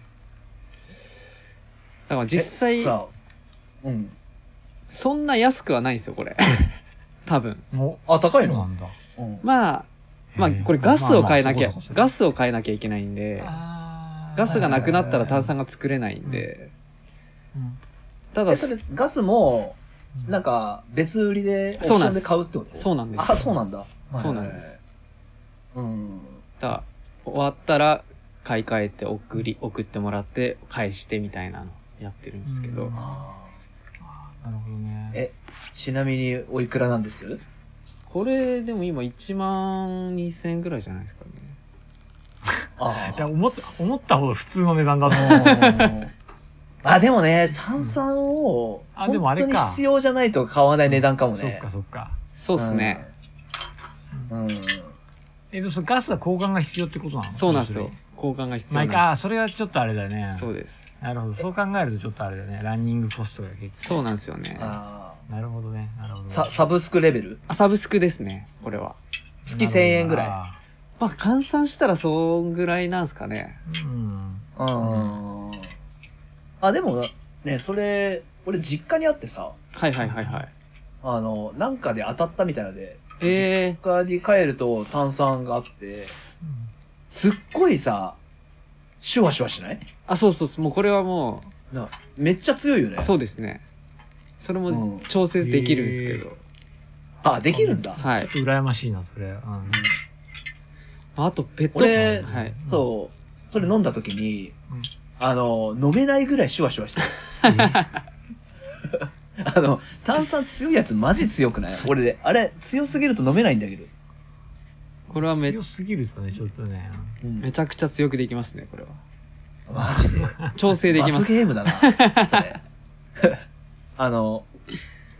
だから実際、
さあ、うん。
そんな安くはないんですよ、これ。 多分。
お
あ、高い
そうな
の
んだ。
うん。
まあ、まあ、
へー
これガスを変えなきゃ
まあまあそうかそう、か
ガスを変えなきゃいけないんで、
あー
ガスがなくなったら炭酸が作れないんで、
うん
ただ、
え、それ
そ、
ガスも、なんか、別売りで、オプシ
そうな
ョ
ん
ン
で
です買うってこと
うなんです
あ、
よ。
そうなんだ。
そうなんです。
うん。
だから終わったら、買い替えて送り、送ってもらって、返してみたいなのやってるんですけ
う
ど、
ん
あ
なるほどね。
えーちなみに、おいくらなんです
これでも今1万2000円ぐらいじゃないですかね。
あ
いや
ー
思った、思ったほど普通の値段だと思う。
うんあ、でもね、炭酸を、
あでもあ
本
れ
当
か
に必要じゃないと買わない値段かも
そっ
ね
か。そっか。
そうですね。
うん。うん。
え、でもそのガスは交換が必要ってことなの
そうなんですよ
要る。
交換が必
にまあ
要
いいか、あー
なんで
それはちょっとあれだね。
す。そうです。
なるほど。そう考えるとちょっとあれだね。ランニングコストが結構。
そうなんですよね。
あ
なるほどね。なるほど。
ーさ、サブスクレベル
あサブスクですね、これは。
月1000円ぐら
ら
まあ、換算したらそんぐらいなんですかね。
い。うん。
い。うん。あ、でも、ね、それ、俺実家にあってさ、
はいはいはいはい。
あの、なんかで当たったみたいなので、
え
実家に帰ると炭酸があって、すっごいさ、シュワシュワしない
ー、あ、そうそうそう、もうこれはも
なめっちゃ強いよね
う、。そうですね。それ
うん
も調整できるんですけど。
あ、できるんだ。
は
ちょ
い
っ。と羨ましいな、それ。うん。
あと、ペット、
俺
はい。
そう。それ飲んだ時に、
うん
あの、飲めないぐらいシュワシュワしてる あの、炭酸強いやつマジ強くない俺で。あれ、強すぎると飲めないんだけど。
これはめ
強すぎるとね、ちょっとね。
うん
めちゃくちゃ強くできますね、これは。
マジで。
調 整できま
罰
す。
ゲームだ な。それ。 あの、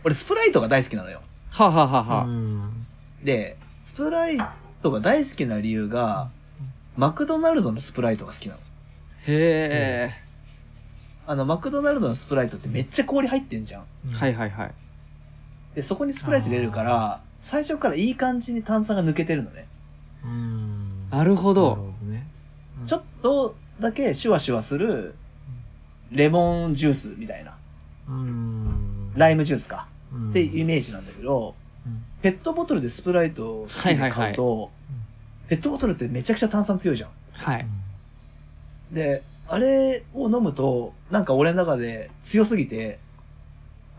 俺スプライトが大好きなのよ。
はあ、はあはあはあ
うん。
で、スプライトが大好きな理由が、マクドナルドのスプライトが好きなの。
へ
あの、マクドナルドのスプライトってめっちゃ氷入ってんじゃん。
え。はいはいはい。
で、そこにスプライト入れるから、最初からいい感じに炭酸が抜けてるのね。
うん。
なるほ
な
ど。
るほね。
ちょっとだけシュワシュワする、レモンジュースみたいな。
うん。
ライムジュースか。
うん
ってイメージなんだけど、
うん
ペットボトルでスプライトを好きで買うと、ペットボトルってめちゃくちゃ炭酸強いじゃん。
はい。
で、あれを飲むと、なんか俺の中で強すぎて、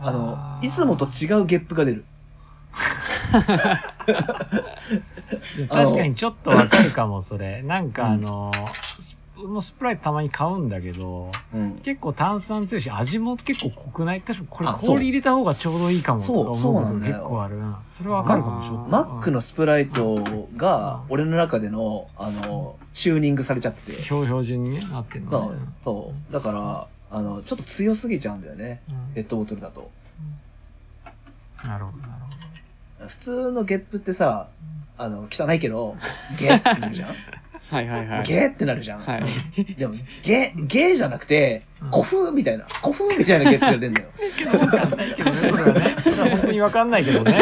あの、いつもと違うゲップが出る。
いや確かにちょっとわかるかも、それ。なんかあの、俺もスプライトたまに買うんだけど、
うん。
結構炭酸強いし、味も結構濃くない確かこれ
あそう
氷入れた方がちょうどいいかもと
そう
か思う
そ
こ
うな
と
んだよ
結構あるな。それはわかるかもしれない。
マック
の
のスプライトが、俺の中での、あの、チューニングされちゃってて。
標標準にねなってる
そ
の
う
ね。
そう。だから、あの、ちょっと強すぎちゃうんだよね。
うん
ペットボトルだと。
なるほど、なるほ
普通のゲップってさ、あの、汚いけ ど、ゲーってなるじゃん、
はいはいはい。
ゲーってなるじゃん、
はい。
でも、ゲー、ゲーじゃなくて、
うん
古風みたいな、古風みたいなゲップが出るんだ よ。
ど。わかんないけどね、それは ね。それは本当にわかんないけどね。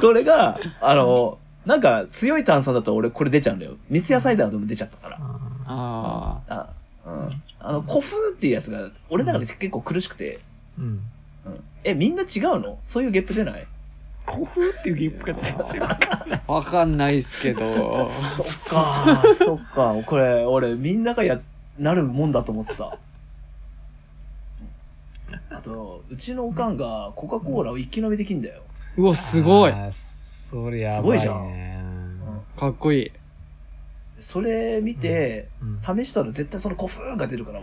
これが、あの、なんか強い炭酸だと俺これ出ちゃうんだよ。三ツ矢サイダーでも出ちゃったから。
あ
あ、うん。あの、古風っていうやつが、俺の中で結構苦しくて。
うん。
うん。え、みんな違うのそういうゲップ出ない
古風っていうゲームが全然わかんない。
あ。わかんないっすけど。
そっかー、そっか。これ、俺、みんながやっなるもんだと思ってた。あと、うちのおかんがコカ・コーラを一気飲みできんだよ。
うわ、すごい
あ。ーそりゃ、
すごいじゃん
ん。
かっこいい。
それ見て、
うん
試したら絶対その古風が出るから、も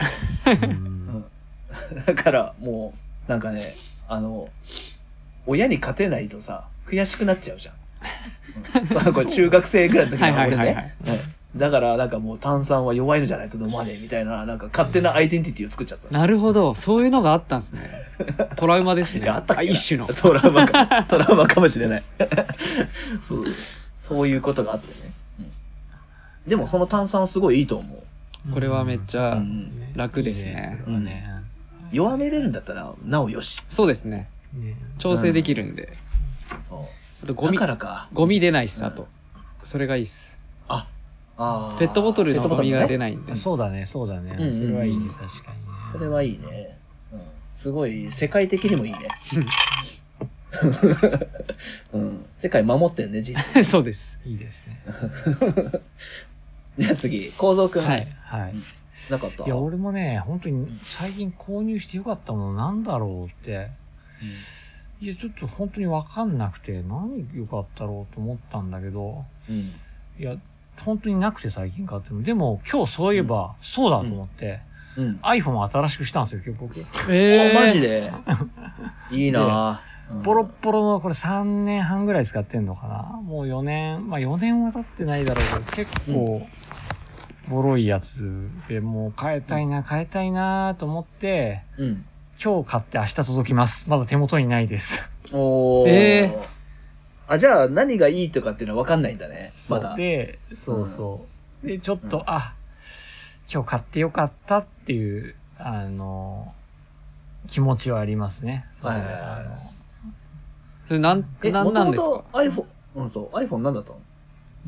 うん
うだからもう、なんかね、あの、親に勝てないとさ、悔しくなっちゃうじゃん。うん、これ中学生ぐらいの時の
は
俺
い
ね。
はいはいはい。
うんだから、なんかもう炭酸は弱いのじゃないと飲まねえみたいな、なんか勝手なアイデンティティを作っちゃった。
なるほど。そういうのがあった んですね。トラウマです
い
ね。
やあったっけな
一種の。
トラウマ か、トラウマかもしれない。そう、そういうことがあってね。うんでもその炭酸すごいいいと思う。
これはめっち
う
ゃ、
ん、
楽ですね
いいそれはね
弱めれるんだったら、なおよし。
そうですね。
ね
調整できるんで。
そ
あと
う。
ゴミ
だか、らか。
ゴミ出ないっす、
うん
あと。それがいいっす。
あ、あー
ペットボトルのゴミが出
い。
ないんで。
そうだね、そうだね。
うんうんうん
それはいいね、確かにね。
ペットボトルねそれはいいね。うん。すごい、世界的にもいいね。うん。世界守ってんね、じ
そうです。
いいですね。
じゃあ次、構造くん。
はい。
はい。
なかった
いや、俺もね、本当に
ん
最近購入してよかったものなんだろうって、いや、ちょっと本当にわかんなくて、何良かったろうと思ったんだけど、
うん。
いや、本当になくて最近買っても。でも、今日そういえば、そうだと思って、
うん。
iPhone を新しくしたんですよ、今日僕。
え
おマジでいいなぁ。うん
ボロッボロの、これ3年半ぐらい使ってんのかなもう4年、まあ4年は経ってないだろうけど、結構、ボロいやつで、もう変えたいな、変えたいなと思って、
うん。
今日買って明日届きます。まだ手元にないです。
おー。
え
あ、じゃあ何がいいとかっていうのは分かんないんだね。ま
そ
だ
う。で、そうそう。で、ちょっと、あ、今日買ってよかったっていう、あの、気持ちはありますね。
はいはい
あ
は
の
い。
それなん、
え、
な
も
ん
と
なん
も
ですか
と iPhone、うん、そう、iPhone なんだったの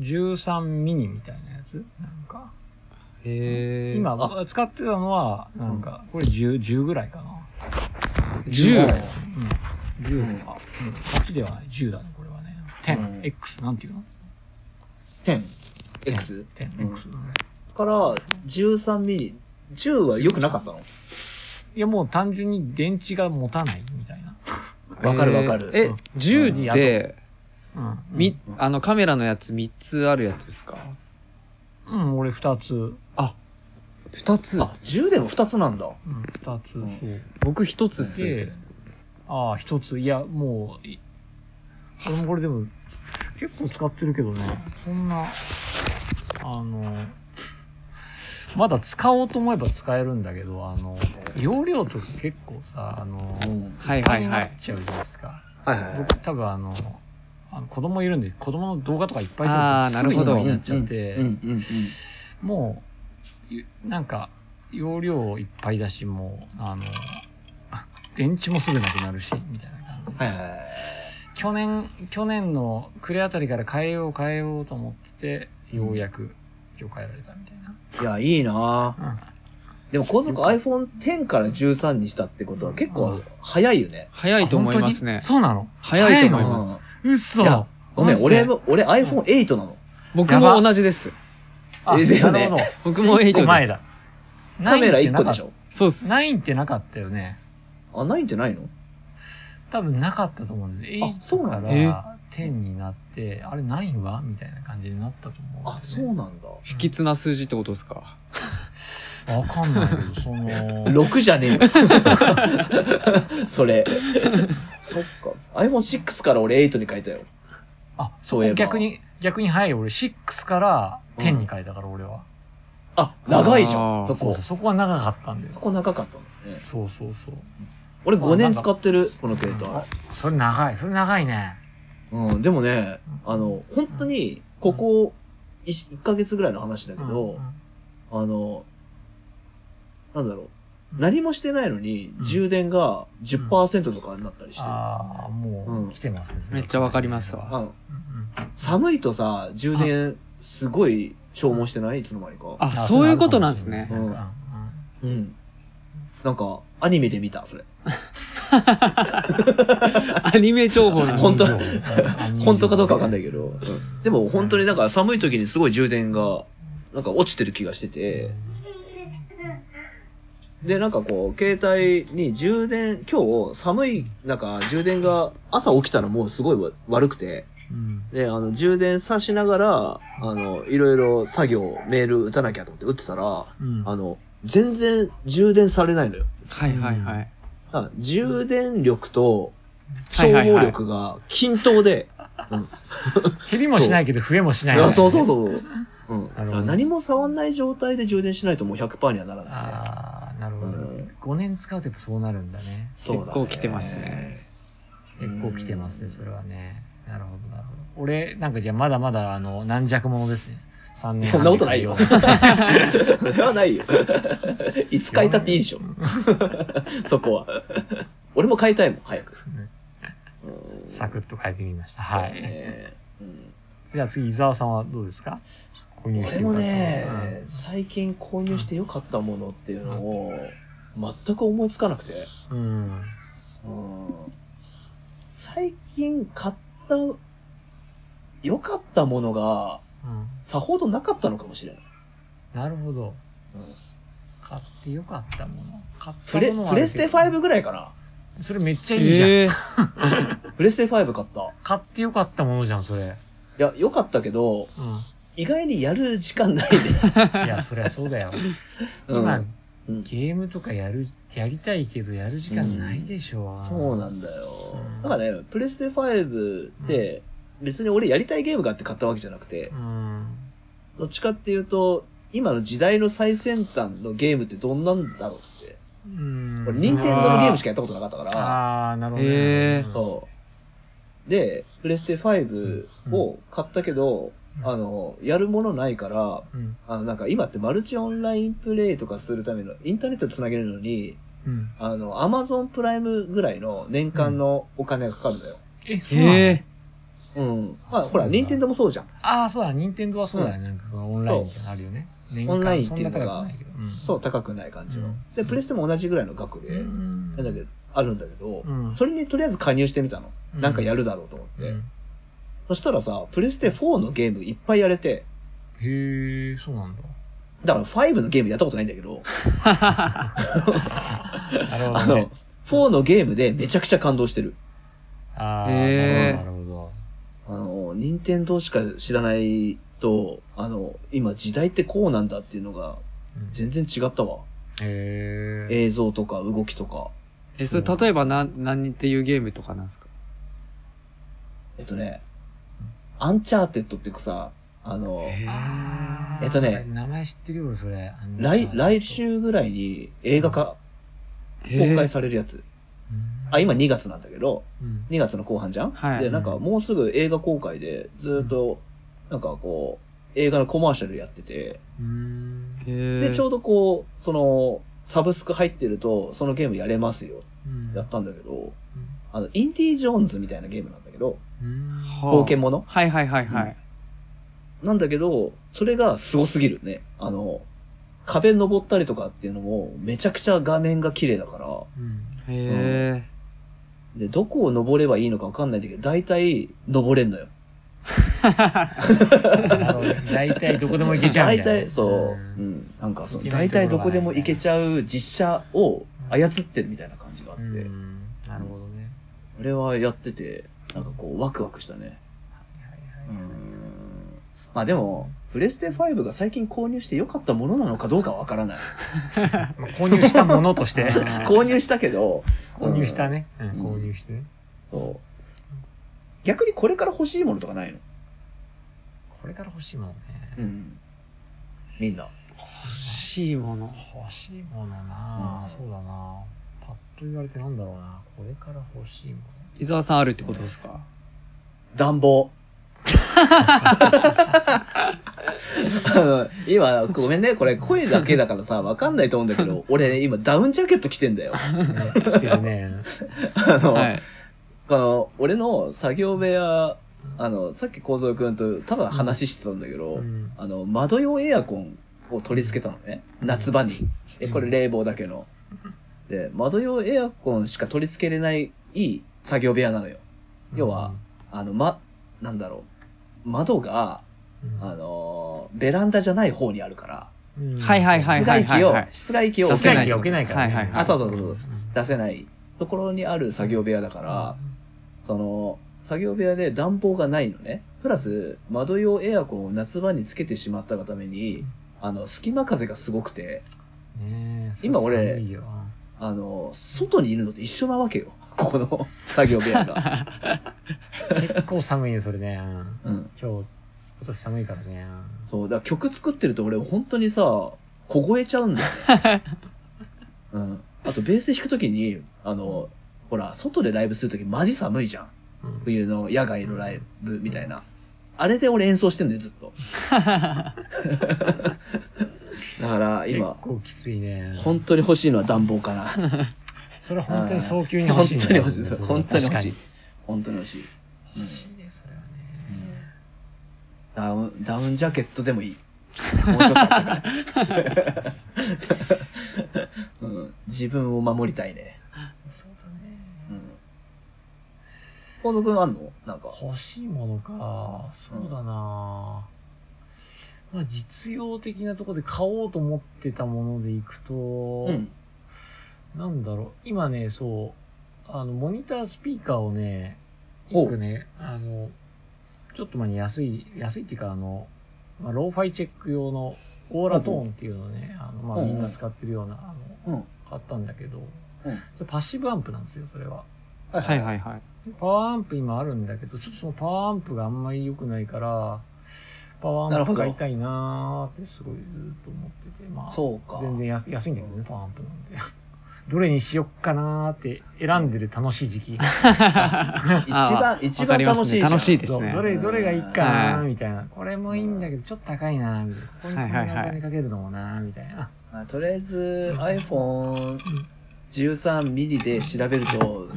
13ミニみたいなやつなんか。
へえ。
今
あ
使ってたのはなんかこれ 10, 10ぐらいかな、
10
10
うん、10
うん
あうん8ではない10だねこれはね
うん
10X、なんていうの
10X
10 10X、
から13ミリ。10は良くなかったの
いやもう単純に電池が持たないみたいな、
わかるわかる
え
うん、
10って、
うん、
み
う、ん
あの、カメラのやつ3つあるやつですか
うん俺2つ、うん、
2つ
あ、10でも2つなんだ。
2つ、
うん
僕1つっす。
そうでああ1ついやもうい俺もこれでも結構使ってるけどねそんなあのまだ使おうと思えば使えるんだけどあの容量とか結構さあの
うん。
はい
気
はい
に
は
なっ
い。
ちゃうじゃないですか、
はいはいはい
僕多分あのあの子供いるんで子供の動画とかいっぱい
あー
撮
な
ると
る
すぐ
ほど
になっちゃって、
うんうんうん。
もうゆなんか容量いっぱいだしもうあのあ電池もすぐなくなるしみたいな感じで
はいはいはい。
去年、去年の暮れあたりから変えよう変えようと思ってて、ようやく今日変えられたみたいな。
いや、いいなぁ
うん
でも、後続 iPhone10 から13にしたってことは結構早いよね。
早いと思います
あ
ね
本当に。そうなの
早いと思い
早
ま
う
す
ん。
嘘
いやごめ
マ
ん、
ジで
俺も、俺 iPhone8 なの。
僕
やば
も同じです。
あ
えだよね
なるほど。
僕も8
一
で
個
す。
前だ。
カメラ1個でし
ょ
ょ
そうっす。
?9 ってなかったよね。
あ、9ってないの
多分なかったと思うんで、
あそうな
か
ん
ら
だ
10になって、あれ9はみたいな感じになったと思うんだよね。
あ、そうなんだ。
不吉な数字ってことですか
わかんないけど、その、
6じゃねえよ。それ。そっか。iPhone6 から俺8に変えたよ。
あ、
そういえば
逆に、逆にはい、俺6から10に変えたから、俺は。
あ、長いじゃ
あ
ん。
ー
そ
そう
こ
そう、。そこは長かったんだよ
そ。こ長かったのね。
そうそうそう。
俺
まあ
5年
なんか
使ってる、この携
あ
帯。
それ長い、それ長いね。
うん、でもね、あの、本当に、ここ1、1ヶ月ぐらいの話だけど、あの、なんだろう。何もしてないのに、
うん
充電が10%とかになったりしてる。
ああ、も
うん
う来てますね。
めっちゃわかりますわ。
あの
うん
寒いとさ、充電すごい消耗してないいつの間にか。
あ、そういうことなんですね
う。
う
ん。
んうん。なんか、アニメで見た、それ。
アニメ情報なん
本当本当かどうかわかんないいけど。うんでも本当になんか寒い時にすごい充電が、なんか落ちてる気がしてて、で、なんかこう、携帯に充電、今日寒い中、充電が、朝起きたらもうすごいわ悪くて、
うん。
で、あの、充電さしながら、あの、いろいろ作業、メール打たなきゃと思って打ってたら、
うん。
あの、全然充電されないのよ。
はいはいはい。
だから充電力と
は
消
いはいはい
耗力が均等で、
減りもしないけど増えもしないい、
やそうそうそうそう。うん、だ
な
か
るほど
ら何も触んない状態で充電しないともう100%にはならないね。
ああ、なるほど、
うん
5年使うとやっぱそうなるんだね。
そうだ、ね、
結構来てますね。
結構来てますね、それはね。なるほど、なるほど。俺、なんかじゃあまだまだ、あの、軟弱者ですね。3年 半
そんなことないよ。それはないよ。いつ変えたっていいでしょ。そこは。俺も変えたいもん、早く。うん
サクッと変えてみました。は
そう
い。
ねうん
じゃあ次、伊沢さんはどうですかこういう
俺もね、最近購入して良かったものっていうのを、全く思いつかなくて。
うん。
うん最近買った、良かったものが、
うん。
さほどなかったのかもしれない。
なるほど。
うん
買ってよかったもの。買っ
プ
た
レ、
ものは
プレステ5ぐらいか
それめっちゃいいじゃん。
ええ
な。プレステ5買った。い
買ってよかったものじゃん、それ。
や、良かったけど、
う
意外にやる時間 ないね。
ん。いや、そりゃそうだよ。
う
今
ん、。うん
ゲームとかやる、やりたいけど、やる時間ないでしょ。
そうなんだよ。だからね、プレステ5って、別に俺やりたいゲームがあって買ったわけじゃなくて
う、ん。
どっちかっていうと、今の時代の最先端のゲームってどんなんだろうって。
うん。
俺、任天堂のゲームしかやったことなかったから。
ああ、なるほど。
へー
そう。で、プレステ5を買ったけど、
うん
あの、やるものないから、
うん。
あの、なんか今ってマルチオンラインプレイとかするための、インターネットつなげるのに、
うん。
あの、アマゾンプライムぐらいの年間のお金がかかるんだよ。
え、そうなの
へえ
うん。まあ、ほ
う
ら、
ん
任天堂もそうじゃん。
ああ、そうだ、任天堂はそうだよね。なんかこのオンラインみたいなのあるよね。年間
オンラインっていうのが
そんな高くないけどうん
そう、高くない感じの。
うん
で、プレステも同じぐらいの額で、
うん。
なんだけど、あるんだけど、
うん
それにとりあえず加入してみたの。
うん
なんかやるだろうと思って。
うん
そしたらさ、プレステ4のゲームいっぱいやれて、
へえ、そうなんだ。
だから5のゲームやったことないんだけど、
なる
あ
ほど、
の
ね。、
4のゲームでめちゃくちゃ感動してる。
ああ、
へー
なるほど、なるほど。
あの、任天堂しか知らないと、あの、今時代ってこうなんだっていうのが
うん
全然違ったわ。
へえ。
映像とか動きとか。
え、それ例えばな、何っていうゲームとかなんですか
えっとね、アンチャーテッドっていうかさ、あの、
あー
えっとね
名前知ってるよ、俺それ。あの
来、来。週ぐらいに映画化、公
へ
開
え
されるやつ。
うん
あ、今2月なんだけど、
うん
2月の後半じゃん、
はい
で、なんかもうすぐ映画公開で、ずーっと、なんかこう、映画のコマーシャルやってて、
うん。
へえ
で、ちょうどこう、その、サブスク入ってると、そのゲームやれますよ、
うん
やったんだけど、あの、インディ・ジョーンズみたいなゲームなんだけど、
うん
はあ
冒険もの
はいはいはいはい。
なんだけど、それがすごすぎるね。あの、壁登ったりとかっていうのも、めちゃくちゃ画面が綺麗だから、
うん
へえ
で、どこを登ればいいのかわかんないんだけど、大体登れんのよ。
なるほど 大体どこでも行けちゃう
大
みたいな。。
体、そう、うんん。なんかその、
行けな
大
い
体ど
ところは
こでも行けちゃう実写を操ってるみたいな感じがあっ
う
て、
んなるほどね。
あれはやってて、なんかこう、ワクワクしたね。
はいは
う
い
ん
はい。
まあでも、プレステ5が最近購入して良かったものなのかどうかわ からない。
まあ購入したものとして。
購入したけど、
購入したね。うん
うん
購入してね。
そう。逆にこれから欲しいものとかないの
これから欲しいものね。
うん。みんな。
欲しいもの。
欲しいものな
うん
そうだなパッと言われてなんだろうなこれから欲しいも
伊沢さんあるってことですか
暖房。あの今、ごめんね、これ声だけだからさ、わかんないと思うんだけ ど、俺ね、今ダウンジャケット着てんだよ。あ
の。ね来てるね。
の、
はい。
この、俺の作業部屋、あの、さっき幸三くんとただ話してたんだけど、
うん
あの、窓用エアコンを取り付けたのね。夏場に。え、これ冷房だけの。で、窓用エアコンしか取り付けれない、いい作業部屋なのよ。要は、あの、ま、なんだろう。窓が、
うん
あのーベランダじゃない方にあるから、
うん
はいはいはい
室外機を、
はい
室外機を
出
置
せ
け
な
ない
い
と
と
こ
置けないからね。
はいはい
あそうそうそうそう出せないところにある作業部屋だから、その、作業部屋で暖房がないのね。プラス、窓用エアコンを夏場につけてしまったがために、あの、隙間風がすごくて、
ねえ
今俺
そう寒いよ
あの、外にいるのと一緒なわけよ。ここの作業部屋が。
結構寒いね、それね。うん
うん。
今日、今年寒いからね。
そう、だから曲作ってると俺本当にさ、凍えちゃうんだよ、ね。 うん。あと、ベース弾くときに、あの、ほら、外でライブするときマジ寒いじゃん。
うん
冬の野外のライブみたいな。あれで俺演奏してんのよ、ずっ と。だから、今
結、構きついね。
本当に欲しいのは暖房かな。
それは本当
うん
に早急に欲
本
しいね。
当に欲しい。そう
れは
本当に欲しい
確。
本当に欲しい。
かに欲しいね、それはね。
ダウン、ダウンジャケットでもいい。もうちょっとあったかい うん、自分を守りたいね。
そうだ
う
ね。
ん。コウゾ君あんのなんか。
欲しいものか。そうだな。まあ、実用的なところで買おうと思ってたものでいくと、
うん。
なんだろう、今ね、そう、あの、モニタースピーカーをね、
お
一個ね、あの、ちょっと前に安い、安いっていうか、あの、まあ、ローファイチェック用のオーラトーンっていうのをね、あの、まあ、
うんうん
みんな使ってるような、あ
うん
の、買ったんだけど、
うん
それパッシブアンプなんですよ、それは。
は
はいはいはい。
でパワーアンプ今あるんだけど、ちょっとそのパワーアンプがあんまり良くないから、パワー
な
ア
る
ン
ほ
プ
ど
買いたいなーってすごいずーっと思ってて、まあ、
そうか。
全然や安いんだけどね、パワーアンプなんで。 どれにしよっかなーって選んでる楽しい時期。
一
あ
番、一番楽しいじゃん。
わかりますね楽しいです
そうどれ、どれがいいかなーみたいな。これもいいんだけど、ちょっと高いなーみたいな。ここにこんなお金かけるのもなーみたいな。
まあとりあえず iPhone13 ミリで調べると、もう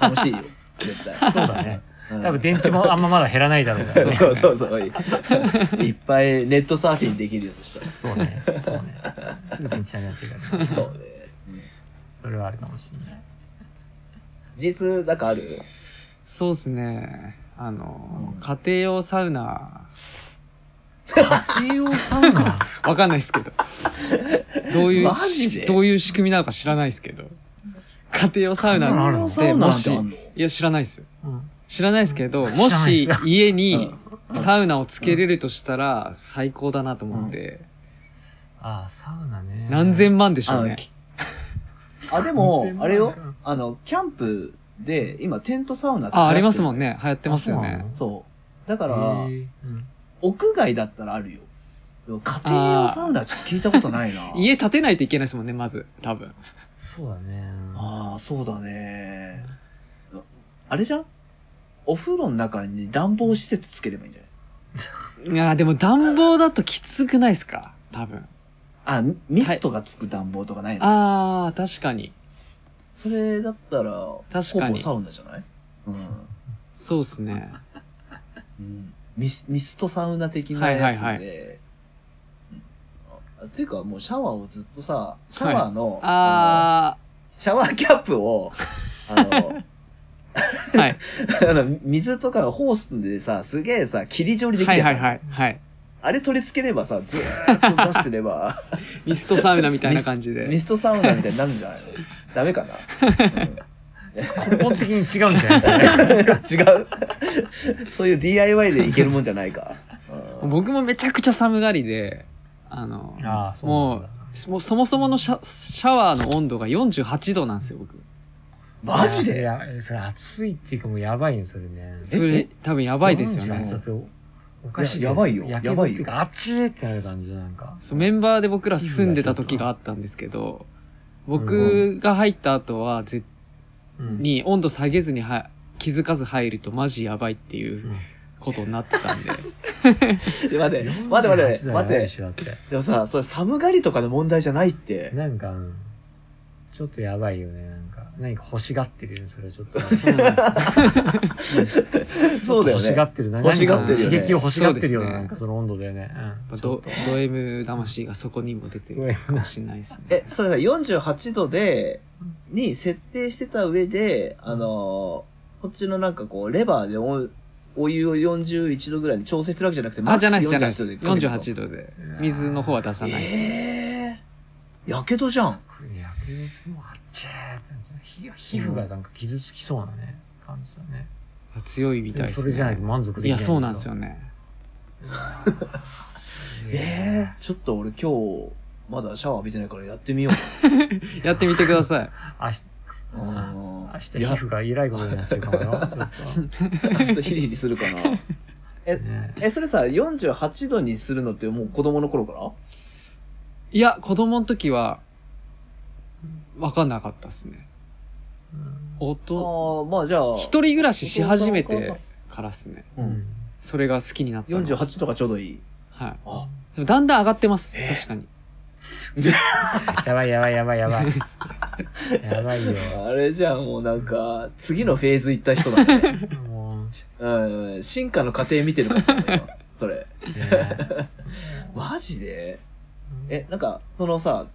楽 しいよ。絶対。
そうだね。
うん
多分電池もあんままだ減らないだろうからね。
そうそうそう。い いっぱいネットサーフィンできるよ、そしたら。
そうね。そうね。すぐ電池になっちゃうからね。
そうね。うん
それはあるかもしれない。
G2 なんかある
そうですね。あの
うん、
家庭用サウナ、
家庭用サウナ
わかんないです けど。どういう
マジで、
どういう仕組みなのか知らないですけど。家庭用サウ
家庭
ナ
用
っ
の
サウ
て、
ナ
も
なん
し、
てあんの
いや、知らないですよ。
うん。
知らないですけど、
知らない
もし
知らな
家に
う
サウナをつけれるとしたら最高だなと思って、
ああ、サウナね。
何千万でしょうね。
あ、でも、あれよ、あの、キャンプで、今、テントサウナって流行ってる
あ、ありますもん。ね。流行ってますよね。。
そう。だか
だ
ら、
うん。
屋外だったらあるよ。でも家庭用サウナちょっと聞いたことないな
家建てないといけないですもんね、まず。多分。
そうだね。
ああ、そうだね。あれじゃんお風呂の中に暖房施設つければいいんじゃない
いやーでも暖房だときつくないですか多分。
あ、ミミストがつく暖房とかないの、
あー、確かに。
それだったら、ほぼ
確かに
サウナじゃないうん。
そうですね。
うんミスミストサウナ的なやつで。
はいはいは
うんあっていうかもうシャワーをずっとさ、シャワーの、あの
あ
シャワーキャップ を、あの、
ー、はい。
あの水とかのホースでさ、すげえさ、霧状にでき
は
るや
い
つあ
は
る
い
じゃん
はい。はい。
あれ取り付ければさ、ずーっと出してれば、
ミストサウナみたいな感じ で
ミ。ストサウナみたいになるんじゃない のダメかな、うん
根本的に違うんじゃないそれ
違う そういう DIY でいけるもんじゃないか。うん
僕もめちゃくちゃ寒がりで、あの、
ああ、そう
も
なん
う
だ。、
もうそもそものシャシャワーの温度が48度なんですよ、僕。
マジ
い
で
や、えそれ暑いっていうかもうやばいね、それね。
それ多分やばいですよ
48
ね。
だとおかしい
いややばいよ
や
やばいよ
っていうか、あっちーってなる感じでなんか。
そうメンバーで僕ら住んでた時があったんですけど、僕が入った後は、ぜ
うん
に温度下げずには気づかず入るとマジやばいっていうことになってたんで。
で待って、待って待って待って。
て。っ
でもさ、それ寒がりとかの問題じゃないって
て。なんか、うんちょっとやばいよね、なんか。何か欲しがってるよね、それち ょっと。
そうなんです
そうだよ
欲しが
ね。
ってるね。
欲し
がってるよ
何か
ね
刺激を欲しがってるような、
そうですね
なんかその温度だよね。うん。ちょ
ド
っと
ド M 魂がそこにも出てるかもしれないですね。
え、それさ、48度で、に設定してた上で、あのーこっちのなんかこう、レバーでおお湯を41度ぐらいに調整してるわけじゃなくて、
あ、じゃないです、じゃないです。
48度でかけてるの。
48度で。水の方は出さないです。
ええやけどじゃん。
やけどするわあっちゃーってなんか皮皮膚がなんか傷つきそうなね、感じだね。
強いみ
で
たいで
もそ
す
れじゃない
ね
と。満足できない
いや、そうなんですよね。
ええちょっと俺今日、まだシャワー浴びてないからやってみよ
やってみてください。
明日
う。うん
明日皮
いや、
膚がえらいことになっちゃうかもよ。ちょっ
明日ヒリヒリするかな。
とね
え、それさ、48度にするのってもう子供の頃から
いや、子供の時は、わかんなかったですね。
うん
お
あ
と、
ーまあじゃあ、
一人暮らしし始め
お父さんお
て
母
からですね。
う、
うんん
それが好きになったの。
48とかちょうどいい。
はい。
あ、
でもだんだん上がってます。
えー
確かに。
やばいやばいやばいやばい。やばいよ。
あれじゃん、もうなんか、次のフェーズ行った人だね。
もう、
うん、進化の過程見てる感じだね、今それ。
ね、
マジでえ、なんか、そのさ、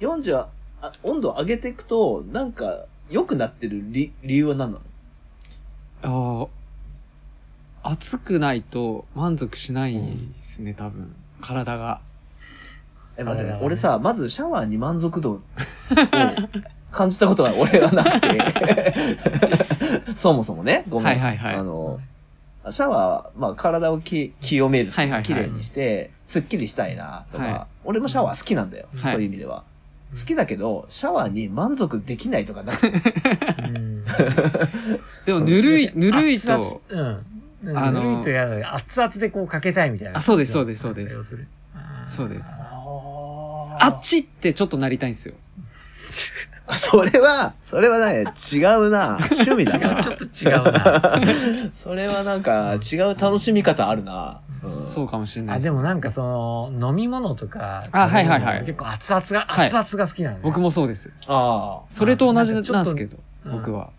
40あ、温度上げていくと、なんか、良くなってる理理由は何なの
ああ。暑くないと満足しないですね、多分。体が。
え、待って
あれだね
俺さ、まずシャワーに満足度を感じたことが俺はなくて。そもそもね、ごめん。
はいはいはい
あの、シャワー、まあ体をき清める、
はいはいはい
綺麗にして、すっきりしたいなとか、
は
俺もシャワー好きなんだよ、
はい
そういう意味では。好きだけど、シャワーに満足できないとかな くて。
うん
でも、ぬるい、ぬるい
熱々
と、
うん。
あ
あ
の
の、ぬるいとやだよ熱々でこうかけたいみたいな。
あそうですそうですそうです
要るに。ん
そうですあ
あ
っちってちょっとなりたいんですよ。
それは、それはね、違うな。趣味だ
ちょっ
な。
と違うな。
それはなんか、違う楽しみ方あるな。うん
そうかもしれない
あ、
です
でもなんかその、飲み物とか。
あはいはいはい
結構熱々が、
はい
熱々が好きなの。
僕。もそうです。
あ
それと同じなんですけど、
うん
僕は。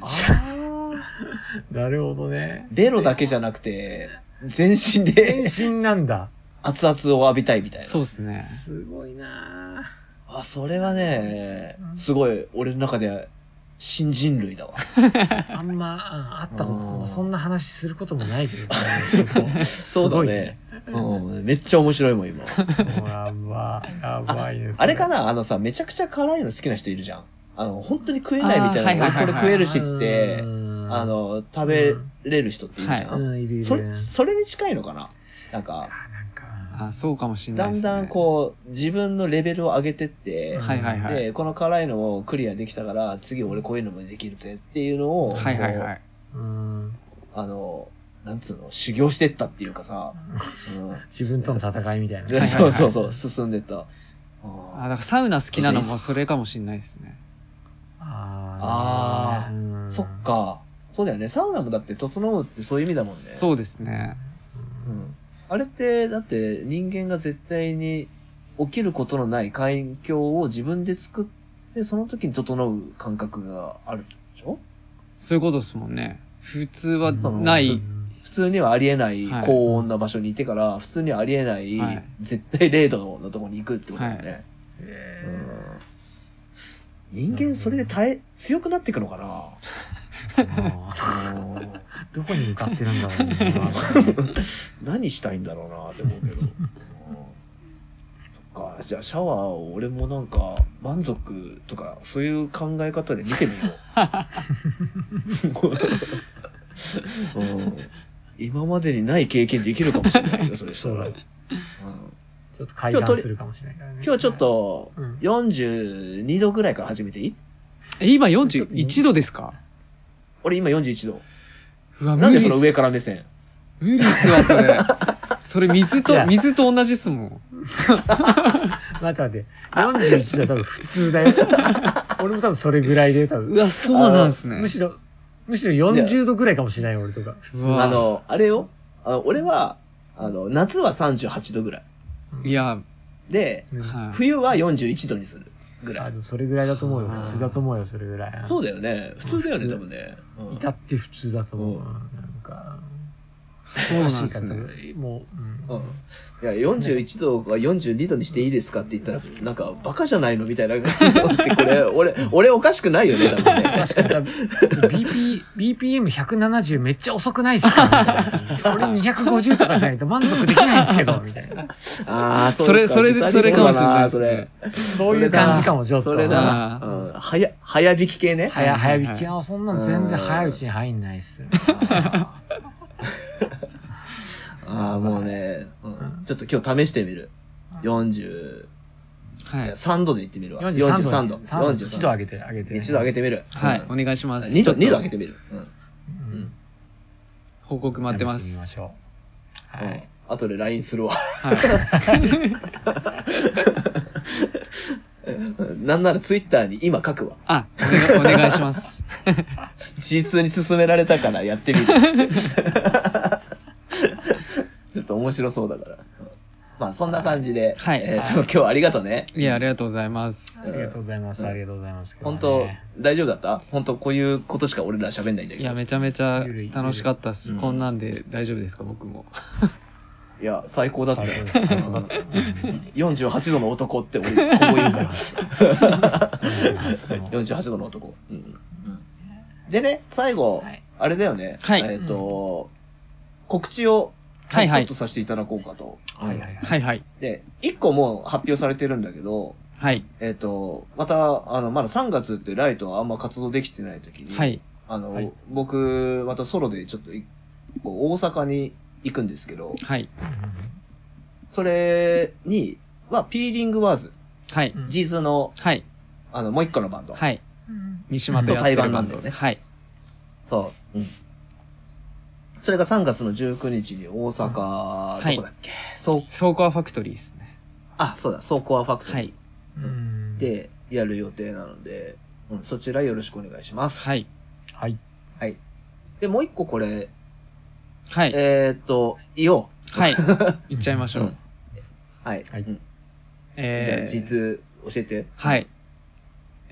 あ。あ
なるほどね。
ベロだけじゃなくて、全身で
全身なんだ。
熱々を浴びたいみたいな。
そうですね。
すごいな
あ、それはね
う、ん
すごい、俺の中では新人類 だわ。
ぁあんま、うんあったこと
う
も、
ん
そんな話することもないけど。こ の人
そうだね。うん、めっちゃ面白いもん、 今。
もうやばい、やばいですね
あれかなあのさ、めちゃくちゃ辛いの好きな人いるじゃん。あの、本当に食えないみたいな、
あーはいはいはいは
俺
い
これ食えるしって言って
う、ん
あ、の、食べれる人っているじゃ。
うんん、いるいる。
それ、それに近いのかななんか、
あなんか、
あそうかもしれな
だ
いです
ん
ね。
だんこう、自分のレベルを上げてって、
はいはいはい。
で、この辛いのをクリアできたから、次俺こういうのもできるぜっていうのを、
はいはい
こ
は
う
い。
うん、
あの、なんつうの、修行してったっていうかさ、 う
自分との戦いみたい
ん
な。
で
は い
そうそうそう、進んでった。
あ
あ
だからサウナ好きなのもそれかもしれないですね。
あー
ーそっ。か。そうだよね。サウナもだって整うってそういう意味だもんね。
そうですね。
うん。あれって、だって人間が絶対に起きることのない環境を自分で作って、その時に整う感覚があるでしょ
そういうことですもんね。普通は
うん
な
う
い。
ん
普通にはありえない
はい
高温な場所にいてから、普通にはありえない
はい
絶対0度のところに行くってことだよね。
え
人間それで耐え、強くなっていくのかな
ーもうどこに向かってるんだろうね。
何したいんだろうなって思うけど。うんそっか、じゃあシャワーを俺もなんか満足とかそういう考え方で見てみよ う。うん今までにない経験できるかもしれないよ、それしたら。うん
ちょっと改ざんするかもしれないからね。
今日ちょっと
うん、
42度ぐらいから始めていい
え、今41度ですか
俺今41度。
うわ、無
なん
理
で
っ
そ
す。
の上から目線
無理っすわ、それ。それ水
い
と、
や
水と同じっすもん。
待って待って。41度は多分普通だよ。俺も多分それぐらいで、多
う
分。
わ、そうなんですね
む。しろ、むしろ40度ぐらいかもしれない、俺とか。
う
あ
わ、
の、あれよ。あの俺は、あの、夏は38度ぐらい。
いや、
で、
うん
はい。
冬は41度にするぐら
あ
い。
でもそれぐらいだと思うよ。
あー
普通だと思うよ、それぐらい。
そうだよね。普通だよね、
普通
多分ね。うん
至って普通だと思う。
うん
なんか、
そうなんですね
欲しい方もう、
う
うんん。
いや、41度が42度にしていいですかって言ったら、なんか、バカじゃないのみたいな感じになって、これ、俺、俺おかしくないよね、多分ね。
BP、BPM170 めっちゃ遅くないですかみたいな俺250とかじゃないと満足できないんですけど、みたいな。
ああ、う
それ
か
それ
ギ
で
タリスト
それか
もしれないです
そ
ね
れ。
そういう感じかも、ちょっと。
それ
は
だ。
あ
うん。早、早弾き系ね。
や、
は
早
いはい
引きは、そんなの全然早いうちに入んないっす。
ああ、もうね、うん。ちょっと今日試してみる。43
はい。
度で行ってみるわ。
43
43
度
度。。
3度。一度
43
上げて、上げて
度。
ね。
一度上げてみる。
はい。お願いします。
2度、
ちょっと
二度上げてみる。うん。
うん
うん
報告待ってま。
試してみますしょう。
う
は
ん
い。。
後で LINE するわ。
はい。
うんなんなら Twitter に今書くわ。
あ、お願いお願いします。
G2 に勧められたからやってみるっつって。ちょっと面白そうだから。うんまあそんな感じで、
はい
えーと今日はありがとうね。
いや、ありがとうございます。
ありがとうございます。ありがとうございます。
本
今日
当
はね
大丈夫だった本当こういうことしか俺ら喋んないんだけ
い
ど。
や、
い
めちゃめちゃ
ゆるい
楽しかったっす。
うん
こんなんで大丈夫ですか、僕も。
や、最高だったよ。
最高だったうん
48度の男って 俺、ここ言うから。
うん
48度の男。うんうんでね、最後、
はい
あれだよね。
はい
えっ、と、告知を、
はいはい
ちょっとさせていただこうかと。
はいはいはい。
はいはい。
で、1個もう発表されてるんだけど、
はい。
えっ、と、また、あの、まだ3月ってライトはあんま活動できてない時に、
はい。
あの、
はい
僕、またソロでちょっといこう大阪に行くんですけど、
はい。
それに、は、ピーリングワーズ、
はい。
うん
ジーズの、
はい。
あの、もう一個のバンド。
はい。
うん
三島とやっ
と対
て
バ
る
ンな
バ
ん
ン
だ
ド
よね
はい。
そう。うん。それが3月の19日に大阪、
はい
どこだっけ、そう、
倉庫はファクトリーですね。
あ、そうだ、ソーコアファクトリー。
はい。
うん
でやる予定なので、うん、そちらよろしくお願いします。
はい。
はい。
で、もう一個これ、
はい。
えー、っと、言お
はい。行っちゃいましょ
う。
うん
はい。
はい
うん
えー
じゃあ、実教えて。
はい。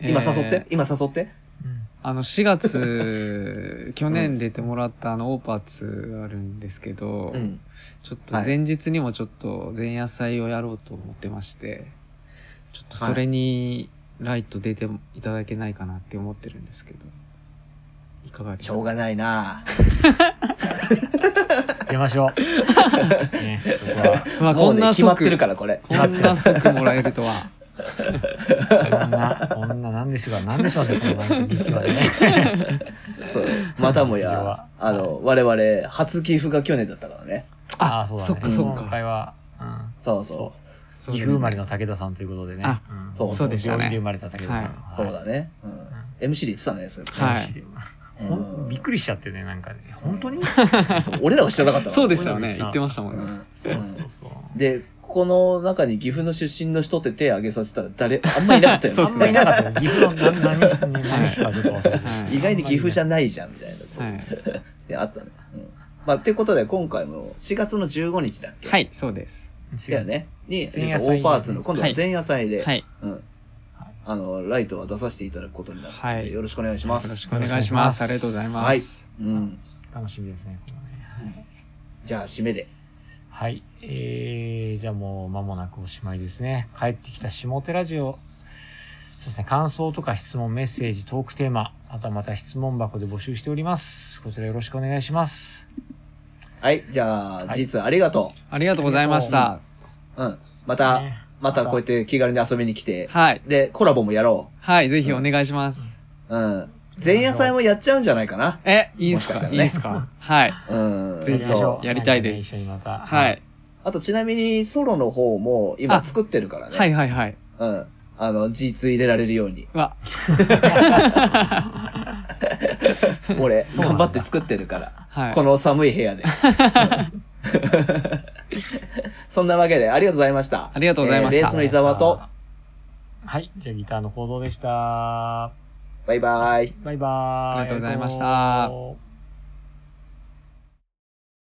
今
えー
誘って、今誘って。
うん
あの、4月、 去年出てもらったあの、オーパーツあるんですけど、
うん。
ちょっと前日にもちょっと前夜祭をやろうと思ってまして、ちょっとそれにライト出ていただけないかなって思ってるんですけど、いかがで
し
す
ょう
か
がないな
出ましょう。ね、そこは。
うわ、
も
こ
うんね、
な
決
即、
まってるから、これ。
こんな即もらえると は。
こんな、こんな、なんでしょうか、なんでしょうね、この番組はね。
そう。またも
これ
や
は、
あの、我々、初寄付が去年だったからね。
ああ、そうだね。
そっかそっか
今回は、うん
そうそ
そ
岐阜生まれの武田さんということでね。
あ
ん
そうそうで
したね
岐阜生まれた武田さん。
う。そうだ
ね。
ね。うん。MC で言ってたね、それ。
はい
うんほんびっくりしちゃってね、なんかね。本当に
うんそう俺らは知らなかったから
そうでしたよね。言ってましたもん
う
ね。
ん
そうそうそう。
で、ここの中に岐阜の出身の人って手挙げさせたら誰、あんまいなかったよね。
そうっ
あ
す
んまい
ね
なかったよ。岐阜の何、何し、何しかちょっと忘れてた
は い
意外に岐阜じゃ
ん。
ないじゃん、みたいなやつ。
はい。
で、あったね。うん。まあ、ということで、今回も4月の15日だっけ
はい、そうです。
だよね。に、えっと
前夜祭
オーパーツの、今度は
はい
前夜祭で、
はい。よ
うん。あの、ライトは出させていただくことになって、
はい
よろしくお願いしま
ろ
す。
しくお願いします。ありがとうございま
はい
す。。
うん。
楽しみですね、これね
じゃあ、締めで。
はい。えー、じゃあもう間もなくおしまいですね。帰ってきた下手ラジオ。そうですね。感想とか質問、メッセージ、トークテーマ、あとはまた質問箱で募集しております。こちらよろしくお願いします。
はい。じゃあ、
い
事実ありがと
ありがとうございました。
う。うん。また、
ね
またこうやって気軽に遊びに来て、
はい。
で、コラボもやろ
はい、ぜひお願いします。
う。うん。前夜祭もやっちゃうんじゃないかな。
え、いいんす
もしかした
からい
ね
いんすかはい。
うん。
ぜひ
そう。
やりたいで
一緒
す
にまた。
はい。。
あと、ちなみに、ソロの方も今
あ
作ってるからね。
はいはいはい。
うん。あの、G2 入れられるように。
うわ、
俺、
そうな
頑
ん
張
だ
って作ってるから。
はい。
この寒い部 屋で。 そんなわけで、ありがとうございました。
ありがとうございました
えーベースの伊沢と、。
はい。じゃあギターの構造でした。
バイバイ。
バイバーイ。
ありがとうございました
ありがとう